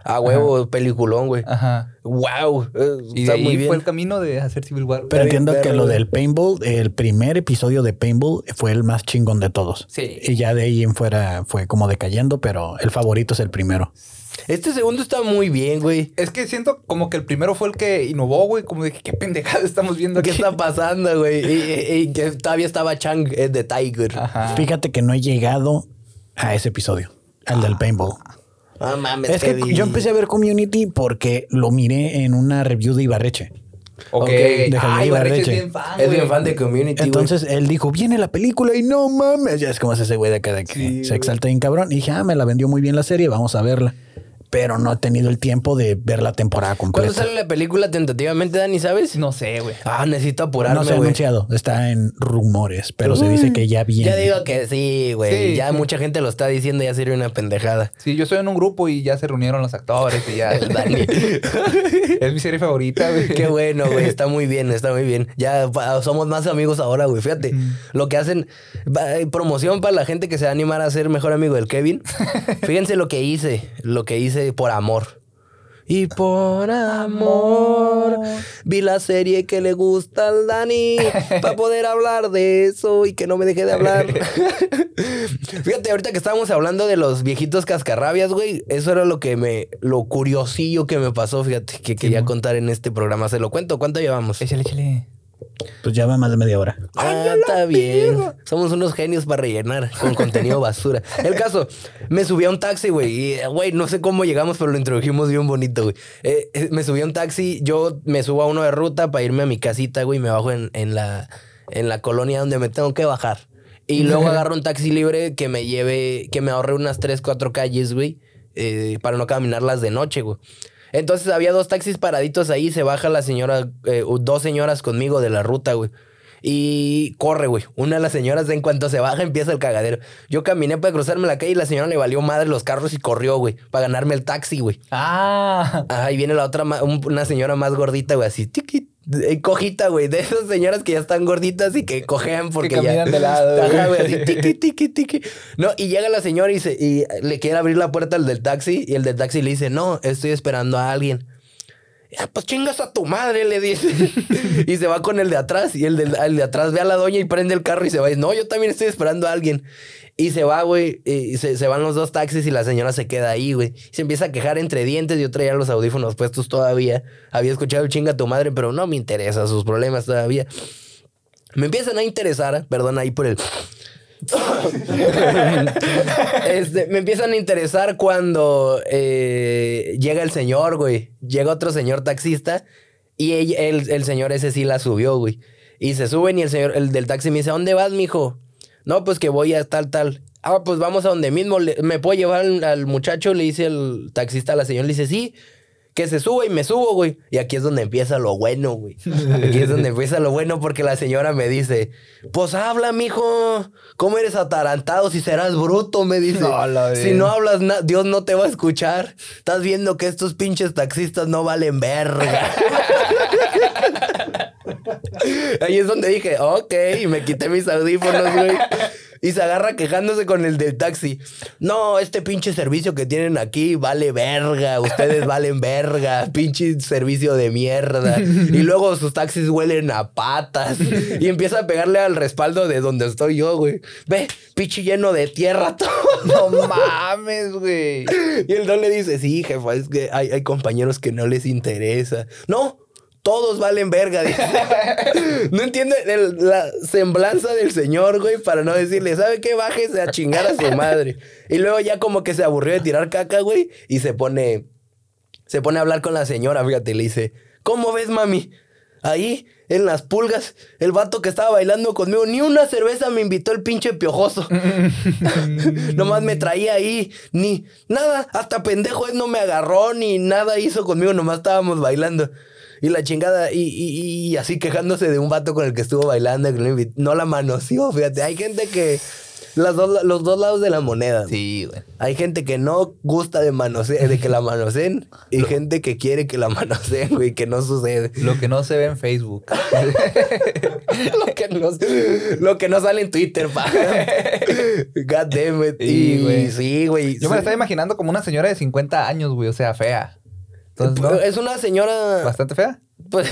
C: A huevo, peliculón, güey.
D: Ajá.
C: Wow.
D: Y
C: está
D: de ahí
C: muy bien.
D: fue el camino de hacer Civil War. güey.
B: Pero
C: bien,
B: entiendo que
C: perro,
B: lo
C: güey.
B: del paintball, el primer episodio de paintball fue el más chingón de todos.
D: Sí.
B: Y ya de ahí en fuera fue como decayendo, pero el favorito es el primero.
C: Este segundo está muy bien, güey.
D: Es que siento como que el primero fue el que innovó, güey. Como de que qué pendejada estamos viendo
C: ¿Qué
D: aquí.
C: está pasando, güey? Y, y- y que todavía estaba Chang eh, de Tiger.
D: Ajá.
B: Fíjate que no he llegado a ese episodio, al del paintball.
C: Ah, mames,
B: Es que
C: vi.
B: yo empecé a ver Community porque lo miré en una review de Ibarreche.
D: Ok.
C: Ok,
B: déjale,
D: Ay, Ibarreche es
B: Ibarreche.
D: bien fan,
C: Es
D: güey.
C: bien fan de community. güey.
B: Entonces él dijo, viene la película y no mames. Ya es como es ese güey de acá de que se exalta bien cabrón. Y dije, ah, me la vendió muy bien la serie, vamos a verla. pero no he tenido el tiempo de ver la temporada
C: ¿Cuándo
B: completa.
C: sale la película tentativamente, Dani, sabes?
D: No sé, güey.
C: Ah, necesito
B: No
C: apurarme,
B: se ha
C: güey.
B: anunciado, está en rumores, pero se dice que ya viene.
C: Yo digo que sí, güey.
D: Sí,
C: ya
D: sí.
C: mucha gente lo está diciendo, ya sirve una pendejada.
D: Sí, yo estoy en un grupo y ya se reunieron los actores y ya.
C: El Dani.
D: es mi serie favorita, güey.
C: Qué bueno, güey. Está muy bien, está muy bien. Ya pa- somos más amigos ahora, güey. Fíjate. Lo que hacen. va- eh, Promoción para la gente que se va a animar a ser mejor amigo del Kevin. Fíjense lo que hice. Lo que hice por amor. Y por amor vi la serie que le gusta al Dani para poder hablar de eso y que no me deje de hablar. Fíjate, ahorita que estábamos hablando de los viejitos cascarrabias, güey, eso era lo que me, lo curiosillo que me pasó, fíjate, que quería contar en este programa. Se lo cuento, ¿cuánto llevamos?
D: Échale, échale.
B: Pues ya va más de media hora.
C: Ah, está bien. Somos unos genios para rellenar con contenido basura. El caso, me subí a un taxi, güey. Y, eh, güey, no sé cómo llegamos, pero lo introdujimos bien bonito, güey. Eh, eh, me subí a un taxi, yo me subo a uno de ruta para irme a mi casita, güey. y Me bajo en, en la, en la colonia donde me tengo que bajar. Y luego agarro un taxi libre que me lleve, que me ahorre unas 3, 4 calles, güey. eh, para no caminarlas de noche, güey. Entonces había dos taxis paraditos ahí, se baja la señora, eh, dos señoras conmigo de la ruta, güey. Y corre, güey. Una de las señoras, en cuanto se baja, empieza el cagadero. Yo caminé para cruzarme la calle y la señora le valió madre los carros y corrió, güey, para ganarme el taxi, güey.
D: Ah.
C: Ajá, y viene la otra, ma- un- una señora más gordita, güey, así, tiqui, eh, cojita, güey, de esas señoras que ya están gorditas y que cojean porque ya.
D: caminan de lado, güey.
C: Ajá, güey, así, tiqui, tiqui, tiqui. No, y llega la señora y, se, y le quiere abrir la puerta al del taxi y el del taxi le dice, no, estoy esperando a alguien. "Ah, Pues chingas a tu madre, le dice. y se va con el de atrás. Y el de, el de atrás ve a la doña y prende el carro y se va. Y, no, yo también estoy esperando a alguien. Y se va, güey. Y se, se van los dos taxis y la señora se queda ahí, güey. Se empieza a quejar entre dientes. Yo traía los audífonos puestos todavía. Había escuchado el chinga a tu madre, pero no me interesa sus problemas todavía. Me empiezan a interesar, perdón ahí por el... Este, me empiezan a interesar cuando eh, llega el señor, güey. Llega otro señor taxista y ella- el, el señor ese sí la subió, güey. Y se suben y el señor, el del taxi me dice, ¿a dónde vas, mijo? No, pues que voy a tal, tal. Ah, pues vamos a donde mismo. Le- ¿Me puedo llevar al, al muchacho? Le dice el taxista a la señora. Le dice, sí, que se sube y me subo, güey. Y aquí es donde empieza lo bueno, güey. Aquí es donde empieza lo bueno porque la señora me dice, pues habla, mijo. ¿Cómo eres atarantado si serás bruto? Me dice.
D: No, la
C: si
D: verga.
C: no hablas, na- Dios no te va a escuchar. Estás viendo que estos pinches taxistas no valen verga. Ahí es donde dije, ok, y me quité mis audífonos, güey. Y se agarra quejándose con el del taxi. No, este pinche servicio que tienen aquí vale verga. Ustedes valen verga. Pinche servicio de mierda. Y luego sus taxis huelen a patas. Y empieza a pegarle al respaldo de donde estoy yo, güey. Ve, pinche lleno de tierra todo.
D: No mames, güey.
C: Y el don le dice, sí, jefa, es que hay, hay compañeros que no les interesa. No, todos valen verga. dice. no entiende el- la semblanza del señor, güey, para no decirle, ¿sabe qué? Bájese a chingar a su madre. Y luego ya como que se aburrió de tirar caca, güey, y se pone... Se pone a hablar con la señora, fíjate, y le dice, ¿cómo ves, mami? Ahí, en las pulgas, el vato que estaba bailando conmigo, ni una cerveza me invitó el pinche piojoso. Nomás me traía ahí, ni nada, hasta pendejo él no me agarró, ni nada hizo conmigo, nomás estábamos bailando. Y la chingada, y, y- y así quejándose de un vato con el que estuvo bailando, que no, le invit- no la manoseó, fíjate, hay gente que... Las dos, los dos lados de la moneda.
D: Sí, güey.
C: Hay gente que no gusta de manose- de que la manoseen y gente que quiere que la manoseen, güey, que no sucede.
D: Lo que no se ve en Facebook.
C: lo, que no, lo que no sale en Twitter, pa. God damn it.
D: Sí,
C: Y,
D: güey.
C: sí, güey.
D: Yo me la
C: sí.
D: estaba imaginando como una señora de 50 años, güey. O sea, fea. Entonces, ¿no?
C: Es una señora.
D: ¿Bastante fea?
C: pues,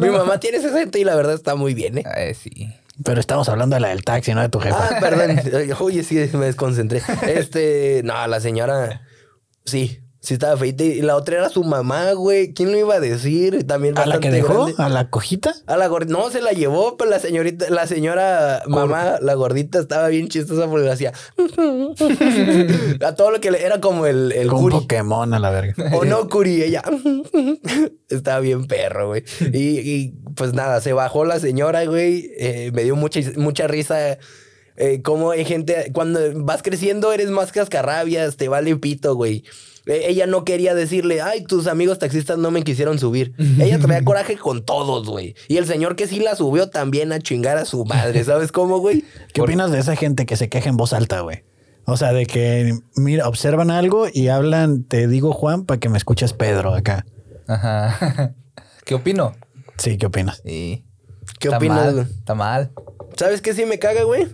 C: mi mamá tiene 60 y la verdad está muy bien, ¿eh?
D: Eh, sí.
B: Pero estamos hablando de la del taxi, no de tu jefa.
C: Ah, perdón. Oye, sí, me desconcentré. Este, no, la señora. Sí, sí estaba feita. Y la otra era su mamá, güey. ¿Quién lo iba a decir? También
B: ¿A la que
C: bastante
B: dejó?
C: grande.
B: ¿A la cojita?
C: A la gordita. No, se la llevó, pero la señorita, la señora mamá, la gordita, estaba bien chistosa porque le hacía. a todo lo que le era como el, el
B: Con un
C: Kuri.
B: Pokémon a la verga.
C: O no, Curi, ella. Estaba bien perro, güey. Y, y, pues nada, se bajó la señora, güey. Eh, me dio mucha, mucha risa. eh, cómo hay gente, cuando vas creciendo eres más cascarrabias, te vale pito, güey. eh, ella no quería decirle, ay, tus amigos taxistas no me quisieron subir. ella traía coraje con todos, güey. Y el señor que sí la subió también a chingar a su madre, ¿sabes cómo, güey?
B: ¿Qué opinas de esa gente que se queja en voz alta, güey? O sea, de que, mira, observan algo y hablan, te digo Juan, para que me escuches Pedro acá.
D: Ajá. ¿Qué opino?
B: Sí, ¿qué opinas?
D: Sí.
C: ¿Qué
D: Está
C: opinas,
D: mal,
C: güey?
D: Está mal.
C: ¿Sabes qué sí me caga, güey?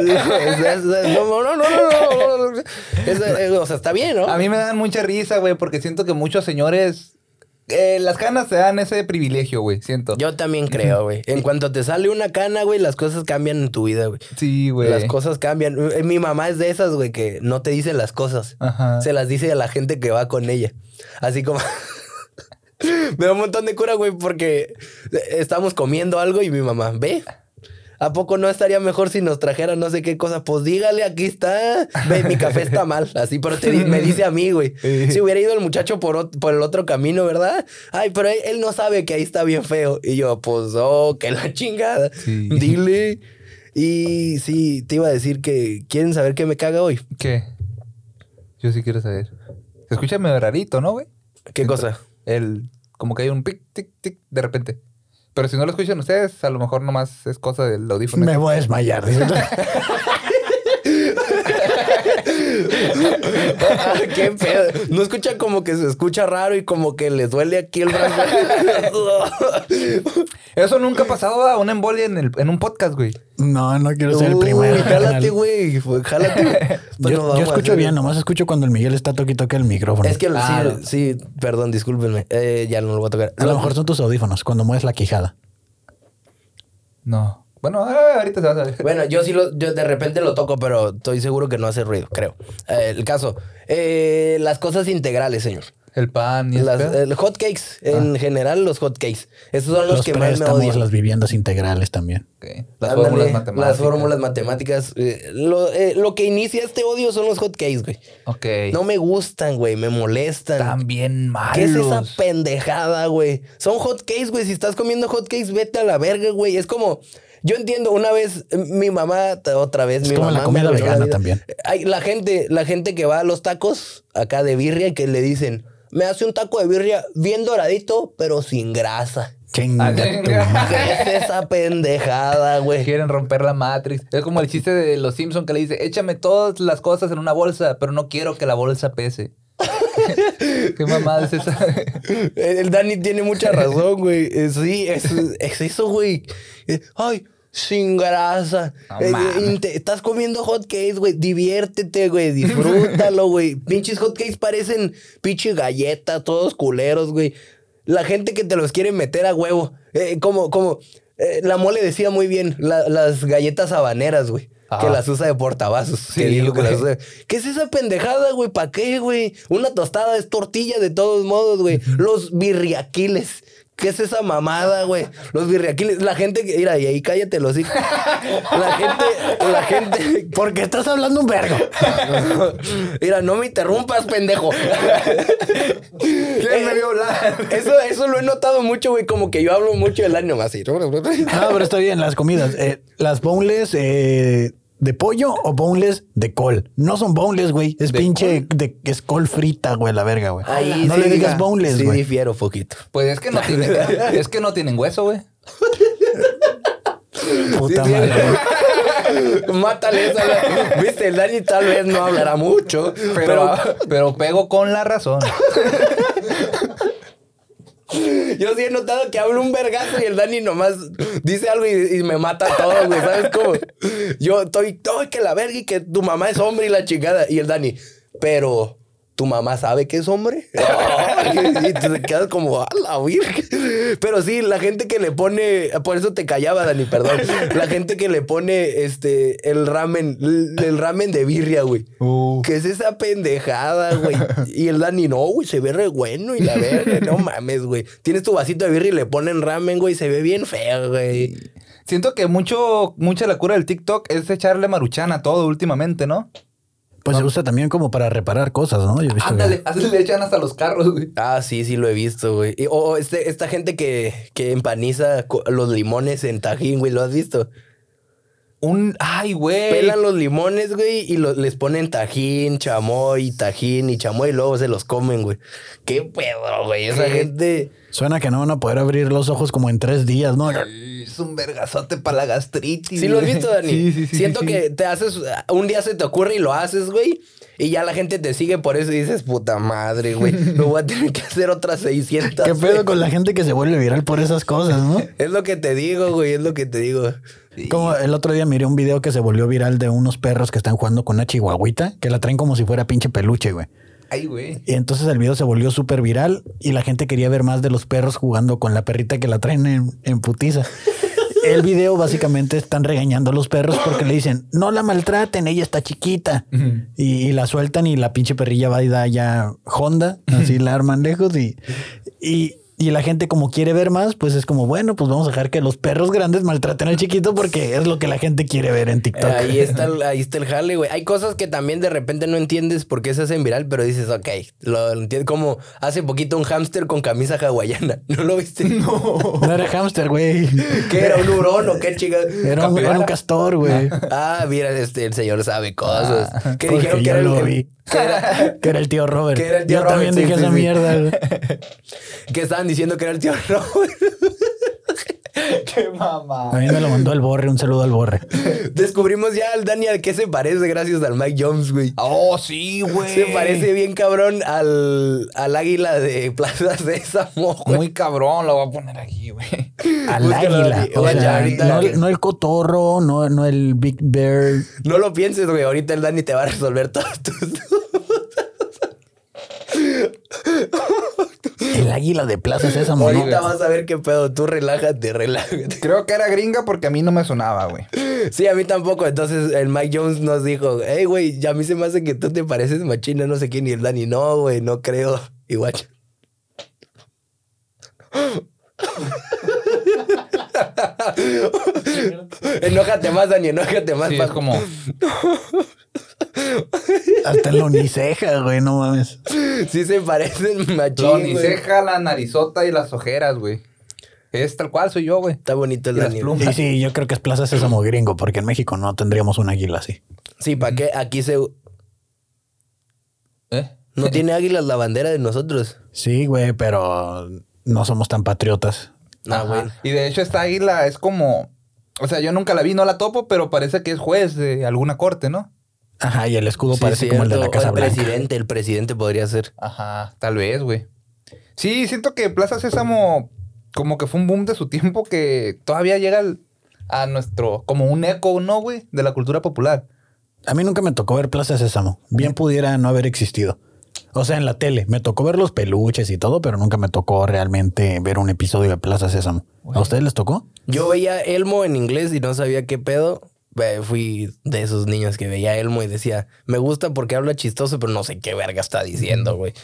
C: no, no, no, no, no. Esa, eh, o sea, está bien, ¿no?
D: A mí me dan mucha risa, güey, porque siento que muchos señores. eh, las canas se dan ese privilegio, güey, siento.
C: Yo también creo, güey. En cuanto te sale una cana, güey, las cosas cambian en tu vida, güey.
D: Sí, güey.
C: Las cosas cambian. Eh, Mi mamá es de esas, güey, que no te dice las cosas.
D: Ajá.
C: Se las dice a la gente que va con ella. Así como... Me da un montón de cura, güey, porque estamos comiendo algo y mi mamá, ve. ¿A poco no estaría mejor si nos trajera no sé qué cosa? Pues dígale, aquí está. Ve, mi café está mal. Así, pero te di- me dice a mí, güey. Si hubiera ido el muchacho por, ot- por el otro camino, ¿verdad? Ay, pero él, él no sabe que ahí está bien feo. Y yo, pues, oh, que la chingada.
D: Sí.
C: Dile. Y sí, te iba a decir que quieren saber qué me caga hoy.
D: ¿Qué? Yo sí quiero saber. Escúchame rarito, ¿no, güey?
C: ¿Qué cosa?
D: El. Como que hay un pic, tic, tic, de repente. Pero si no lo escuchan ustedes, a lo mejor nomás es cosa del audífono.
B: Me voy a desmayar. dice.
C: Ah, qué pedo. No escucha como que se escucha raro y como que les duele aquí el brazo.
D: Eso nunca ha pasado a una embolia en, el- en un podcast, güey.
B: No, no quiero ser el
C: Uy,
B: primero.
C: Jálate,
B: carnal.
C: güey. Jálate.
B: Yo,
C: Bueno,
B: yo
C: vamos a
B: escucho
C: hacer-
B: bien, nomás escucho cuando el Miguel está toque y toque el micrófono.
C: Es que el-
D: Ah, no.
C: sí, sí, perdón, discúlpenme. Eh, ya no lo voy a tocar.
B: a lo mejor son tus audífonos cuando mueves la quijada.
D: No. Bueno, ah, ahorita se va a saber.
C: Bueno, yo sí lo, yo de repente lo toco, pero estoy seguro que no hace ruido, creo. Eh, el caso, eh, las cosas integrales, señor.
D: El pan y
C: Las,
D: las,
C: el hot cakes,
D: Ah.
C: en general los hot cakes. Esos son los,
B: Los
C: que más me
B: préstamos,
C: odian.
B: las viviendas integrales también.
D: las
C: eh, Ándale,
D: fórmulas matemáticas.
C: Las fórmulas matemáticas. eh, lo, eh, lo que inicia este odio son los hot cakes, güey.
D: Ok.
C: No me gustan, güey, me molestan.
D: Están bien malos.
C: ¿Qué es esa pendejada, güey? Son hotcakes, güey. Si estás comiendo hotcakes, vete a la verga, güey. Es como. Yo entiendo, una vez eh, mi mamá, t- otra vez
B: Es
C: mi
B: como
C: mamá
B: la comida
C: me arruinó
B: vegana
C: vida.
B: también.
C: Eh, Hay la gente, la gente que va a los tacos acá de birria que le dicen, me hace un taco de birria bien doradito, pero sin grasa.
B: Chinga
C: Ah,
B: tu madre.
C: ¿Qué es esa pendejada, güey?
D: Quieren romper la Matrix. Es como el chiste de los Simpsons que le dice, échame todas las cosas en una bolsa, pero no quiero que la bolsa pese. ¿Qué mamada es esa?
C: El, el Dani tiene mucha razón, güey. Eh, Sí, es, es eso, güey. Eh, Ay, sin grasa.
D: No
C: Eh, eh,
D: mames.
C: inte- estás comiendo hotcakes, güey. Diviértete, güey. Disfrútalo, güey. Pinches hotcakes parecen pinche galleta, todos culeros, güey. La gente que te los quiere meter a huevo. Eh, como, como. eh, la mole decía muy bien, la- las galletas habaneras, güey. Que
D: Ah.
C: las usa de portavasos. que
D: Sí,
C: dijo que
D: güey.
C: las usa ¿Qué es esa pendejada, güey? ¿Para qué, güey? Una tostada es tortilla de todos modos, güey. Los birriaquiles. ¿Qué es esa mamada, güey? Los birriaquiles. La gente que. Mira, y ahí cállate los hijos. La gente. La gente.
B: Porque estás hablando un vergo.
C: Mira, no me interrumpas, pendejo. Eh,
D: ¿Quién me vio hablar?
C: Eso, eso lo he notado mucho, güey. Como que yo hablo mucho del año más así.
B: No, pero está bien, las comidas. eh, las boneless eh, de pollo o boneless de col. No son boneless, güey. Es pinche de es col frita, güey, la verga, güey.
C: Ahí
B: no
C: sí
B: le digas
C: diga-
B: boneless,
C: Sí,
B: güey.
C: difiero poquito.
D: Pues es que no tienen, es que no tienen hueso, güey.
B: Puta
C: Sí, sí.
B: madre.
C: Mátale esa. la- Viste, el Dani tal vez no hablará mucho,
D: Pero,
C: pero
D: pero pego con la razón.
C: Yo sí he notado que hablo un vergazo y el Dani nomás dice algo y, y me mata todo, güey. ¿Sabes cómo? Yo estoy todo que la verga y que tu mamá es hombre y la chingada. Y el Dani, pero tu mamá sabe que es hombre. y te quedas como a la virgen. Pero sí, la gente que le pone, por eso te callaba, Dani, perdón. La gente que le pone este el ramen, el ramen de birria, güey.
D: Uh.
C: ¿Qué es esa pendejada, güey? Y el Dani, no, güey, se ve re bueno y la verga, no mames, güey. Tienes tu vasito de birra y le ponen ramen, güey, se ve bien feo, güey.
D: Siento que mucho, mucha la cura del TikTok es echarle maruchana a todo últimamente, ¿no?
B: Pues se usa también como para reparar cosas, ¿no? Yo he visto que-
D: Ándale, así le echan hasta los carros, güey.
C: Ah, sí, sí lo he visto, güey. Y- O o este, esta gente que, que empaniza co- los limones en tajín, güey, ¿lo has visto?
D: un. Ay, güey.
C: Pelan los limones, güey, y lo- les ponen tajín, chamoy, tajín y chamoy, y luego se los comen, güey. Qué pedo, güey. Esa
D: ¿Qué?
C: gente.
B: Suena que no van a poder abrir los ojos como en tres días, ¿no?
D: Es un vergazote para la gastritis.
C: Sí, lo has
D: güey.
C: visto, Dani.
D: Sí, sí, sí.
C: Siento
D: sí, sí.
C: que te haces. Un día se te ocurre y lo haces, güey. Y ya la gente te sigue por eso y dices, puta madre, güey. Lo voy a tener que hacer otras 600.
B: ¿Qué
C: güey".
B: pedo con la gente que se vuelve viral por esas cosas, no?
C: Es lo que te digo, güey. Es lo que te digo.
B: Como el otro día miré un video que se volvió viral de unos perros que están jugando con una chihuahuita, que la traen como si fuera pinche peluche, güey.
D: Ay, güey.
B: Y entonces el video se volvió súper viral y la gente quería ver más de los perros jugando con la perrita que la traen en, en putiza. El video básicamente están regañando a los perros porque le dicen, no la maltraten, ella está chiquita. Y, y la sueltan y la pinche perrilla va y da ya Honda, así la arman lejos y, y, y la gente como quiere ver más, pues es como, bueno, pues vamos a dejar que los perros grandes maltraten al chiquito porque es lo que la gente quiere ver en TikTok.
C: Eh, Ahí está, el- ahí está el jale, güey. Hay cosas que también de repente no entiendes por qué se hacen viral, pero dices, ok, lo entiendo. Como hace poquito un hámster con camisa hawaiana. ¿No lo viste? No.
B: No era hámster, güey.
C: ¿Qué era? ¿Un hurón o qué chingada?
B: Era un, era un castor, güey.
C: Ah, mira, este, el señor sabe cosas. que
B: Ah, porque
C: dijeron que
B: yo
C: era, el,
B: lo
C: que-
B: vi.
C: que era-
B: Que era el tío Robert.
C: Que era el tío
B: Yo
C: Robert,
B: también
C: sí,
B: dije
C: sí,
B: esa
C: sí.
B: mierda. güey.
C: que estaban diciendo que era el tío Robert.
D: Qué mamá.
C: Ah.
B: A mí me lo mandó el borre, un saludo al borre.
C: Descubrimos ya al Dani al que se parece gracias al Mike Jones, güey.
D: Oh, sí,
B: Ah,
D: güey.
C: Se parece bien cabrón al, al águila de Plaza Sésamo, güey.
D: Muy cabrón, lo voy a poner aquí, güey.
B: Al
C: Búscalo,
B: águila.
C: Dani.
B: O
C: Oye,
B: sea,
C: ahorita-
B: no, el- no el cotorro, no, no el Big Bear.
C: No lo pienses, güey. Ahorita el Dani te va a resolver todos tus
B: El águila de Plaza Sésamo. ¿no?
C: Ahorita vas a ver qué pedo. Tú relájate, relájate.
D: Creo que era gringa porque a mí no me sonaba, güey.
C: Sí, a mí tampoco. Entonces el Mike Jones nos dijo, hey, güey, ya a mí se me hace que tú te pareces machina, no sé quién. Y el Dani, no, güey, no creo. Y guacha. enójate más, Dani, enójate más.
D: Sí,
C: pa-
D: es como.
B: Hasta el uniceja, güey, no mames.
C: Sí se parecen machín,
D: La
C: güey.
D: uniceja, la narizota y las ojeras, güey. Es tal cual soy yo, güey.
C: Está bonito el
D: Y las
C: Dani.
D: plumas.
B: Y Ah, sí, yo creo que es Plaza Sésamo gringo, porque en México no tendríamos un águila así.
C: Sí, ¿para qué? Aquí se...
D: ¿Eh?
C: No tiene águilas la bandera de nosotros.
B: Sí, güey, pero no somos tan patriotas.
C: Ah,
D: Ajá.
C: güey.
D: Y de hecho, esta águila es como. O sea, yo nunca la vi, no la topo, pero parece que es juez de alguna corte, ¿no?
B: Ajá, y el escudo
C: Sí,
B: parece como el de la
C: cierto. O
B: Casa Blanca.
C: presidente, el presidente podría ser.
D: Ajá, tal vez, güey. Sí, siento que Plaza Sésamo como que fue un boom de su tiempo que todavía llega al- a nuestro, como un eco, ¿no, güey? De la cultura popular.
B: A mí nunca me tocó ver Plaza Sésamo. Bien pudiera no haber existido. O sea, en la tele. Me tocó ver los peluches y todo, pero nunca me tocó realmente ver un episodio de Plaza Sésamo. ¿A ustedes les tocó?
C: Yo veía Elmo en inglés y no sabía qué pedo. Eh, Fui de esos niños que veía Elmo y decía, me gusta porque habla chistoso, pero no sé qué verga está diciendo, güey.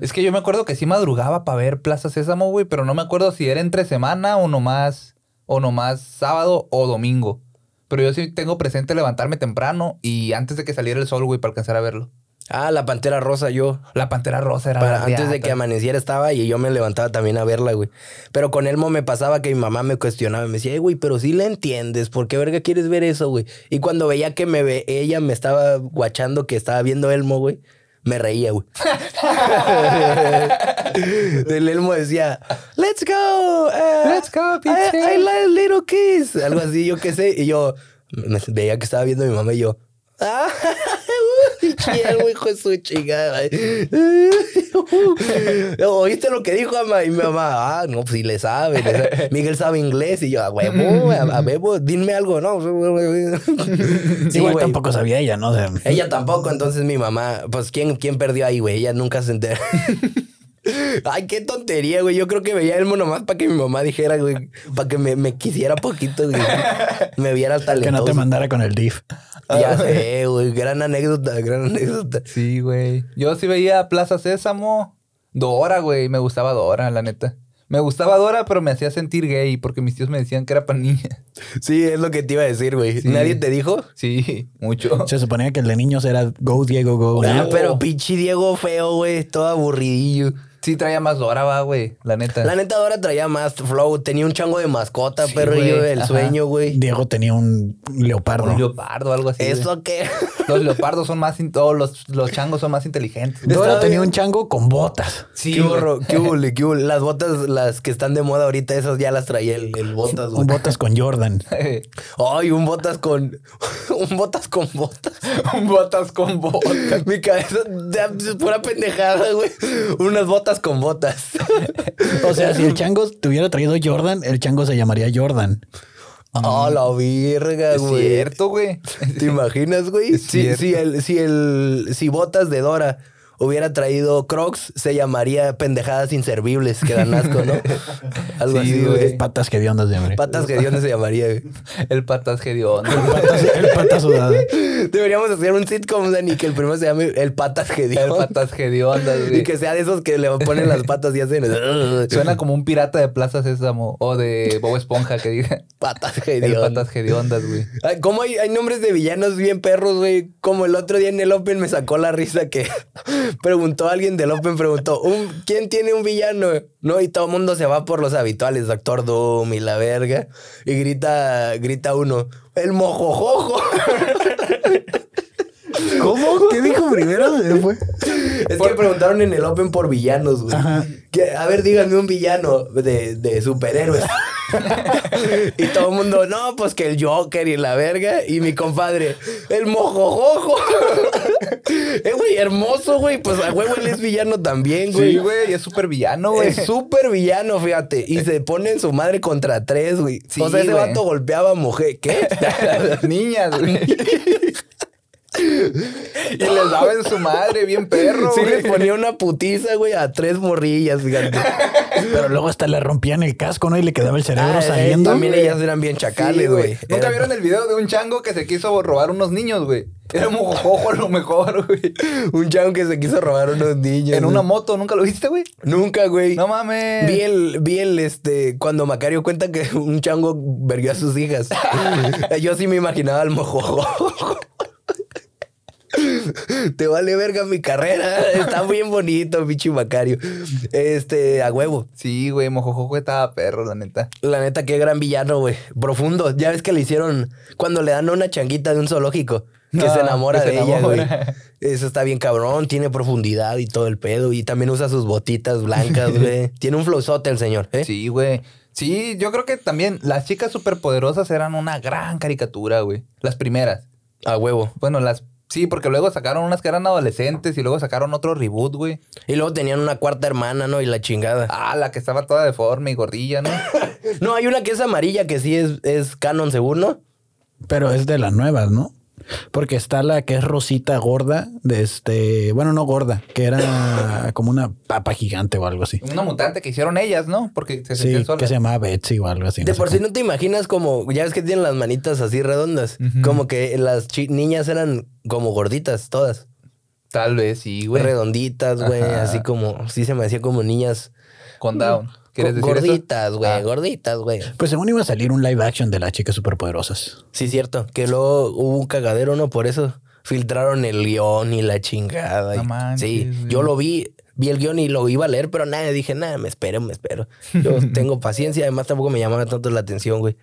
D: Es que yo me acuerdo que sí madrugaba para ver Plaza Sésamo, güey, pero no me acuerdo si era entre semana o nomás, o nomás sábado o domingo. Pero yo sí tengo presente levantarme temprano y antes de que saliera el sol, güey, para alcanzar a verlo.
C: Ah, la pantera rosa, yo.
D: La Pantera Rosa era...
C: Para-
D: la
C: antes de que
D: reata.
C: amaneciera estaba y yo me levantaba también a verla, güey. Pero con Elmo me pasaba que mi mamá me cuestionaba y me decía, "Ey, güey, pero sí la entiendes, ¿por qué verga quieres ver eso, güey? Y cuando veía que me ve, ella me estaba guachando que estaba viendo Elmo, güey, me reía, güey. El Elmo decía, let's go, eh,
D: Let's go,
C: I,
D: Peter."
C: I like little kiss, algo así, yo qué sé. Y yo me- veía que estaba viendo a mi mamá y yo, ah, Elmo, hijo de su chingada. "Oh, ¿Oíste lo que dijo ama? Y mi mamá, ah, no, pues sí le sabe. le sabe. Miguel sabe inglés. Y yo, a huevo, a, a huevo, dime algo, ¿no? Sí,
B: Igual
C: güey.
B: tampoco sabía ella, ¿no? O sea,
C: Ella tampoco, entonces mi mamá, pues ¿quién, quién perdió ahí, güey? Ella nunca se enteró. Ay, qué tontería, güey. Yo creo que veía el mono más para que mi mamá dijera, güey, para que me, me quisiera poquito, güey. Me viera
B: que no
C: talentoso.
B: te mandara con el DIF.
D: Ah.
C: Ya sé, güey. Gran anécdota, gran anécdota.
D: Sí, güey. Yo sí veía Plaza Sésamo. Dora, güey. Me gustaba Dora, la neta. Me gustaba Dora, pero me hacía sentir gay porque mis tíos me decían que era para niñas.
C: Sí, es lo que te iba a decir, güey.
D: Sí.
C: ¿Nadie te dijo?
D: Sí, mucho.
B: Se suponía que el de niños era Go Diego Go.
C: Ah,
B: ¿no?
C: pero pinche Diego feo, güey, todo aburridillo.
D: sí traía más Dora, va, güey. La neta.
C: La neta ahora traía más flow. Tenía un chango de mascota,
D: Sí,
C: pero
D: güey,
C: yo el
D: ajá.
C: sueño, güey.
B: Diego tenía un leopardo.
D: Un leopardo, algo así. güey.
C: ¿Eso qué?
D: Los leopardos son más. in- o los, los changos son más inteligentes.
B: Dora
C: Estaba
B: este tenía
C: bien.
B: un chango con botas.
C: Sí,
D: güey.
C: burro, qué hule, qué hule. Las botas, las que están de moda ahorita, esas ya las traía el, el botas, güey.
B: Un botas con Jordan.
C: Ay, un botas con. un botas con botas.
D: Un botas con botas.
C: Mi cabeza ya, es pura pendejada, güey. Unas botas con botas.
B: O sea, si el chango te hubiera traído Jordan, el chango se llamaría Jordan.
C: Oh, la virga,
D: Mm. Es
C: güey.
D: cierto, güey.
C: ¿Te imaginas, güey?
D: Es
C: Si,
D: cierto.
C: si el, si el, si botas de Dora hubiera traído Crocs, se llamaría pendejadas inservibles, que dan asco, ¿no? Algo
D: Sí,
C: así,
D: güey.
C: güey.
B: Patas que de hambre.
C: Patas que Dios no se llamaría, güey.
D: El patas hediondo.
B: Patas- el pata sudado.
C: Deberíamos hacer un sitcom, Dani, que el primero se llame El Patas que
D: El
C: Dios.
D: patas hediondas,
C: Y
D: güey.
C: que sea de esos que le ponen las patas y hacen.
D: Suena como un pirata de Plaza Sésamo o de Bob Esponja que diga.
C: patas que
D: El
C: Dios.
D: patas hediondas, güey.
C: Ay, ¿Cómo hay, hay nombres de villanos bien perros, güey? Como el otro día en el Open me sacó la risa que preguntó alguien del Open, preguntó, "Un- ¿quién tiene un villano? No, y todo el mundo se va por los habituales, Doctor Doom y la verga. Y grita, grita uno, el mojojojo.
B: ¿Cómo? ¿Qué dijo primero? Se fue.
C: es que preguntaron en el Open por villanos, güey. Que, a ver, díganme un villano de, de superhéroes. y todo el mundo, no, pues que el Joker y la verga. Y mi compadre, el mojojojo. eh, güey, hermoso, güey. Pues a huevo él es villano también, güey.
D: Sí, güey, es súper villano, güey.
C: Es súper villano, fíjate. Y se pone en su madre contra tres, güey.
D: Sí,
C: o sea, ese
D: güey.
C: vato golpeaba a mujer. ¿Qué?
D: Niñas, güey. y les daba en su madre, bien perro,
C: Sí,
D: güey.
C: le ponía una putiza, güey, a tres morrillas, fíjate.
B: Pero luego hasta le rompían el casco, ¿no? Y le quedaba el cerebro
C: Ah, eh,
B: saliendo.
C: también ellas eran bien
D: Sí,
C: chacales, güey. Eh.
D: ¿Nunca
C: Era-
D: vieron el video de un chango que se quiso robar unos niños, güey? Era un mojojojo a lo mejor, güey.
C: Un chavo que se quiso robar unos niños.
D: En
C: güey.
D: una moto, ¿nunca lo viste, güey?
C: Nunca, güey.
D: No mames.
C: Vi el, vi el, este, cuando Macario cuenta que un chango verguió a sus hijas. Yo sí me imaginaba al mojojo. Te vale verga mi carrera. Está bien bonito, bicho Macario. Este, a huevo.
D: Sí, güey, mojojojo estaba perro, la neta.
C: La neta, qué gran villano, güey. Profundo. Ya ves que le hicieron cuando le dan una changuita de un zoológico. Que
D: Ah,
C: se enamora
D: que se
C: de ella, güey.
D: enamora.
C: Eso está bien cabrón. Tiene profundidad y todo el pedo. Y también usa sus botitas blancas, güey. Tiene un flowzote el señor, ¿eh?
D: Sí, güey. Sí, yo creo que también las chicas superpoderosas eran una gran caricatura, güey. Las primeras.
C: A huevo.
D: Bueno, las... Sí, porque luego sacaron unas que eran adolescentes y luego sacaron otro reboot, güey.
C: Y luego tenían una cuarta hermana, ¿no? Y la chingada.
D: Ah, la que estaba toda deforme y gordilla, ¿no?
C: No, hay una que es amarilla que sí es, es canon según, ¿no?
B: Pero es de las nuevas, ¿no? Porque está la que es rosita gorda, de este, bueno, no gorda, que era como una papa gigante o algo así.
D: Una mutante que hicieron ellas, ¿no? Porque se
B: Sí,
D: sentían
B: que
D: solas.
B: se llamaba Betsy o algo así.
C: De
B: no sé
C: por sí
B: cómo.
C: no te imaginas como, ya ves que tienen las manitas así redondas. Como que las chi- niñas eran como gorditas todas.
D: Tal vez, sí, güey.
C: redonditas, güey,
D: Ajá.
C: así como, sí se me hacía como niñas
D: Con down. ¿Quieres
C: go-
D: decir eso?
C: gorditas, güey,
D: Ah.
C: gorditas, güey.
B: Pues según iba a salir un live action de las chicas superpoderosas.
C: Sí, cierto, que luego hubo un cagadero, ¿no? Por eso filtraron el guión y la chingada. y-
D: No manches,
C: sí,
D: güey.
C: yo lo vi, vi el guión y lo iba a leer, pero nada, dije, nada, me espero, me espero. Yo tengo paciencia, además tampoco me llamaba tanto la atención, güey.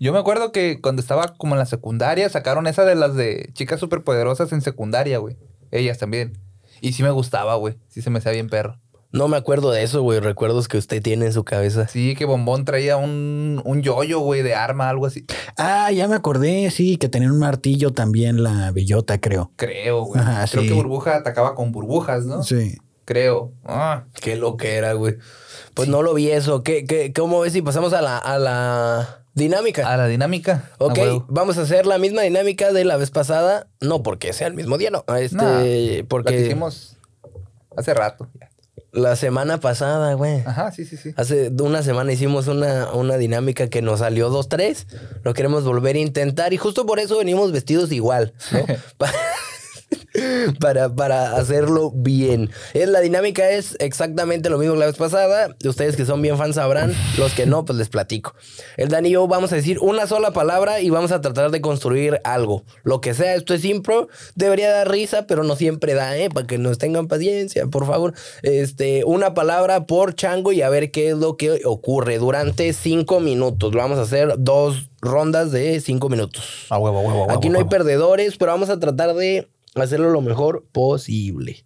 D: Yo me acuerdo que cuando estaba como en la secundaria, sacaron esa de las de chicas superpoderosas en secundaria, güey. Ellas también. Y sí me gustaba, güey. Sí se me hacía bien perro.
C: No me acuerdo de eso, güey, recuerdos que usted tiene en su cabeza.
D: Sí, que Bombón traía un, un yoyo, güey, de arma, algo así.
B: Ah, ya me acordé, sí, que tenían un martillo también la bellota, creo.
D: Creo, güey.
B: Ajá,
D: Creo
B: sí.
D: que Burbuja atacaba con burbujas, ¿no?
B: Sí.
D: Creo. Ah.
C: Qué lo que era, güey. Pues no lo vi eso. ¿Qué, qué, ¿Cómo ves si pasamos a la, a la dinámica?
D: A la dinámica. a
C: Ok,
D: huevo.
C: vamos a hacer la misma dinámica de la vez pasada. No porque sea el mismo día, no. Este,
D: Nah, La que
C: porque la,
D: hicimos hace rato.
C: semana pasada, güey.
D: Ajá, sí, sí, sí.
C: Hace una semana hicimos una, una dinámica que nos salió 2-3. Lo queremos volver a intentar y justo por eso venimos vestidos igual, ¿no? Pa- para, para hacerlo bien. Es, la dinámica es exactamente lo mismo que la vez pasada. Ustedes que son bien fans sabrán, los que no, pues les platico. El Dani y yo vamos a decir una sola palabra y vamos a tratar de construir algo. Lo que sea, esto es impro, debería dar risa, pero no siempre da, ¿eh? Para que nos tengan paciencia, por favor. Este, una palabra por chango y a ver qué es lo que ocurre durante cinco minutos. Lo vamos a hacer dos rondas de cinco minutos.
B: A huevo, a huevo, a huevo,
C: Aquí no
B: a
C: hay
B: huevo.
C: perdedores, pero vamos a tratar de hacerlo lo mejor posible.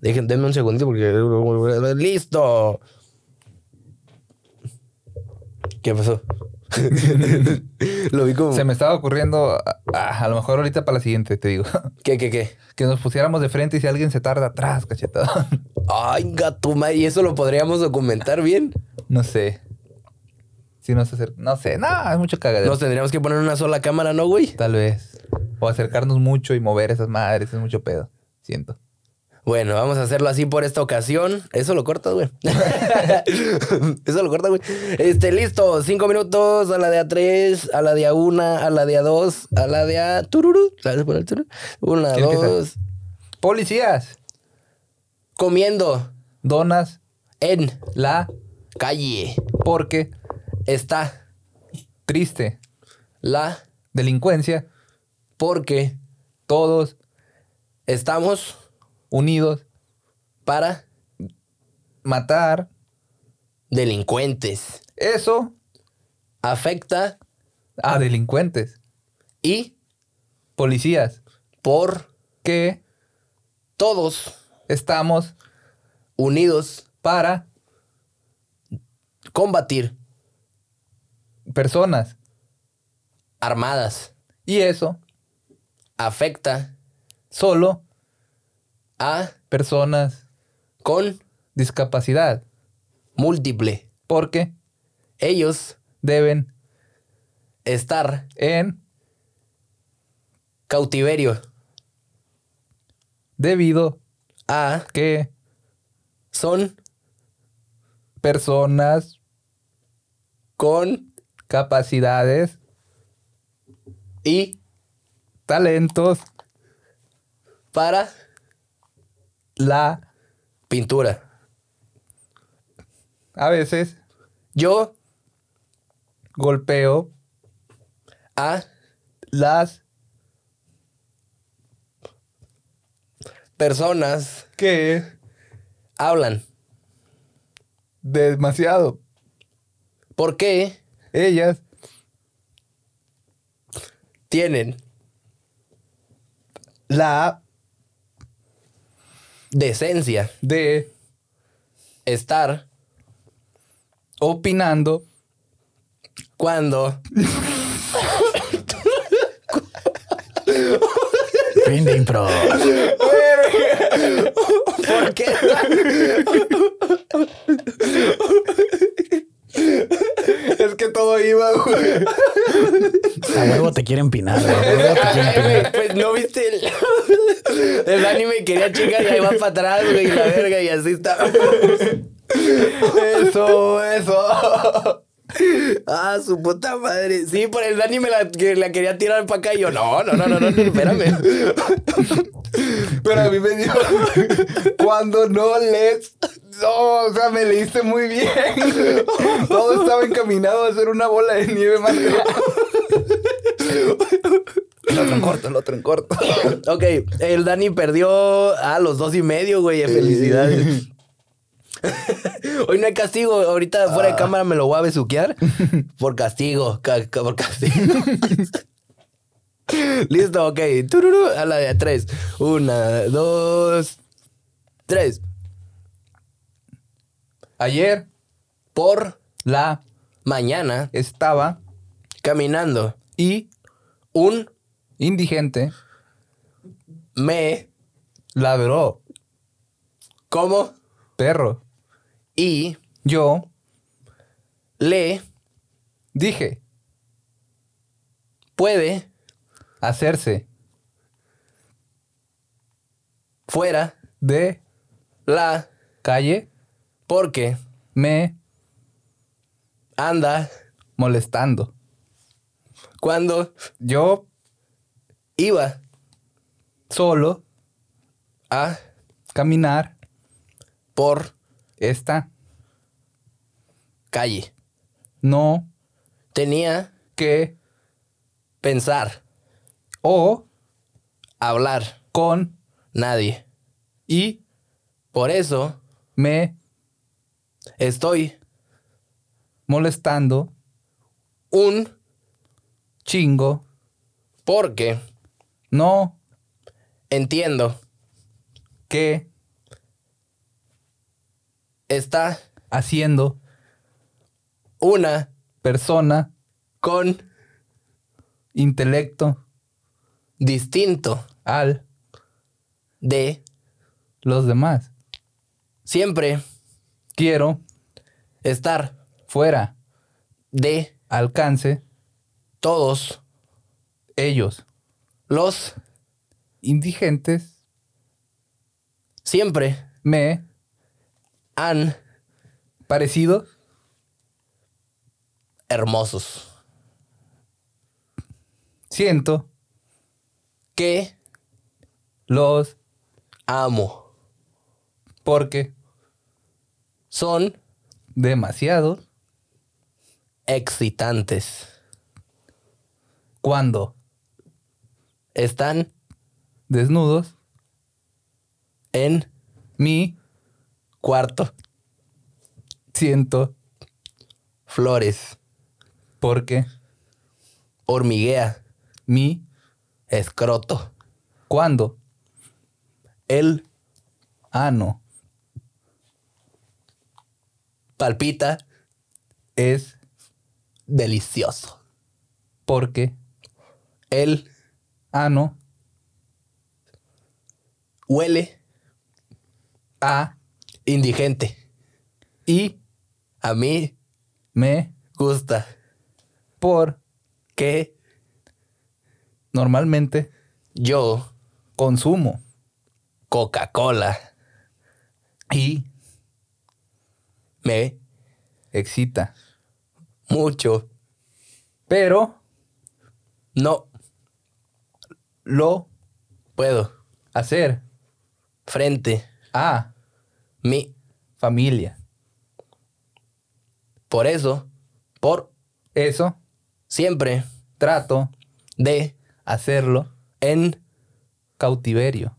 C: Dejen, denme un segundito porque. ¡Listo! ¿Qué pasó? lo vi como.
D: Se me estaba ocurriendo, ah, a lo mejor ahorita para la siguiente, te digo,
C: ¿Qué, qué, qué?
D: que nos pusiéramos de frente y si alguien se tarda atrás, cachetado.
C: Ay, gato, madre, ¿y eso lo podríamos documentar bien?
D: No sé. Si no se acer- No sé, no, es mucho cagadero.
C: Nos tendríamos que poner una sola cámara, ¿no, güey?
D: Tal vez. O acercarnos mucho y mover esas madres, es mucho pedo. Siento.
C: Bueno, vamos a hacerlo así por esta ocasión. Eso lo cortas, güey. Eso lo cortas, güey. Este, listo. Cinco minutos a la de a tres, a la de a una, a la de a dos, a la de a tururú. ¿La vas a poner tururú? Una,
D: ¿Quién empieza?
C: dos.
D: Policías,
C: Comiendo
D: donas,
C: en
D: la,
C: calle
D: porque,
C: está
D: triste,
C: la
D: delincuencia,
C: porque
D: todos
C: estamos
D: unidos,
C: para
D: matar,
C: delincuentes.
D: eso,
C: Afecta
D: a delincuentes,
C: y
D: policías,
C: por
D: que
C: todos
D: estamos
C: unidos
D: para
C: combatir
D: personas
C: armadas.
D: y eso,
C: Afecta
D: solo
C: a
D: personas
C: con
D: discapacidad,
C: múltiple.
D: porque
C: Ellos
D: deben
C: estar
D: en
C: cautiverio
D: debido
C: a
D: que
C: son
D: personas
C: con
D: capacidades,
C: y
D: talentos,
C: para
D: la
C: pintura.
D: a veces
C: Yo
D: golpeo
C: a
D: las
C: personas
D: que
C: hablan.
D: demasiado
C: Porque
D: ellas
C: tienen
D: la
C: decencia
D: de
C: estar
D: opinando
C: cuando
B: Fin de impro.
C: ¿Por qué?
D: es que todo iba güey.
B: A huevo te quieren pinar. A huevo te quieren
C: Ay,
B: pinar.
C: güey, pues no viste el, el anime quería chingar y ahí va para atrás, güey, la verga, y así está.
D: eso eso
C: Ah, su puta madre. Sí, por el Dani me la, que la quería tirar para acá y yo, no, no, no, no, no, no, espérame.
D: pero a mí me dio cuando no les no o sea me leíste muy bien todo estaba encaminado a ser una bola de nieve más grande. el otro en corto el otro en corto
C: ok, el Dani perdió a los dos y medio, güey, felicidades. Hoy no hay castigo, ahorita fuera
D: Ah.
C: de cámara me lo voy a besuquear por castigo, ca- ca- por castigo. Listo, ok. Tururú, a la de tres. Una, dos, tres.
D: ayer
C: Por
D: la
C: mañana,
D: estaba
C: caminando,
D: y
C: un
D: indigente
C: me
D: ladró
C: como
D: perro
C: y
D: yo
C: le
D: dije
C: puede
D: hacerse
C: fuera
D: de
C: la
D: calle
C: porque
D: me
C: anda
D: molestando.
C: cuando
D: Yo
C: iba
D: solo
C: a
D: Caminar
C: por
D: esta
C: calle.
D: no
C: Tenía
D: que
C: pensar,
D: o
C: hablar,
D: con
C: nadie.
D: y
C: Por eso
D: me
C: estoy
D: molestando
C: un
D: chingo.
C: porque
D: No
C: entiendo
D: que
C: está
D: haciendo
C: una
D: persona,
C: con
D: intelecto
C: distinto
D: al
C: de
D: los demás.
C: siempre
D: Quiero
C: estar
D: fuera
C: de
D: alcance
C: todos
D: ellos
C: los
D: indigentes
C: siempre
D: me
C: han
D: parecido
C: hermosos.
D: siento
C: Que
D: los
C: amo.
D: porque
C: Son
D: demasiado
C: excitantes.
D: cuando
C: Están
D: desnudos
C: en
D: mi
C: cuarto.
D: siento
C: Flores.
D: porque
C: Hormiguea.
D: mi
C: Escroto.
D: cuando Ah,
C: Él
D: ano
C: palpita.
D: es
C: Delicioso.
D: porque ah,
C: Él
D: ano
C: huele.
D: a
C: Indigente.
D: y
C: A mí
D: me
C: gusta.
D: por
C: Que
D: normalmente
C: yo
D: consumo
C: Coca-Cola.
D: y
C: Me
D: excita.
C: mucho.
D: Pero
C: No
D: lo
C: puedo.
D: hacer
C: Frente.
D: a
C: Mi.
D: familia.
C: Por eso. Por
D: Eso
C: siempre.
D: trato
C: De.
D: hacerlo
C: En.
D: cautiverio.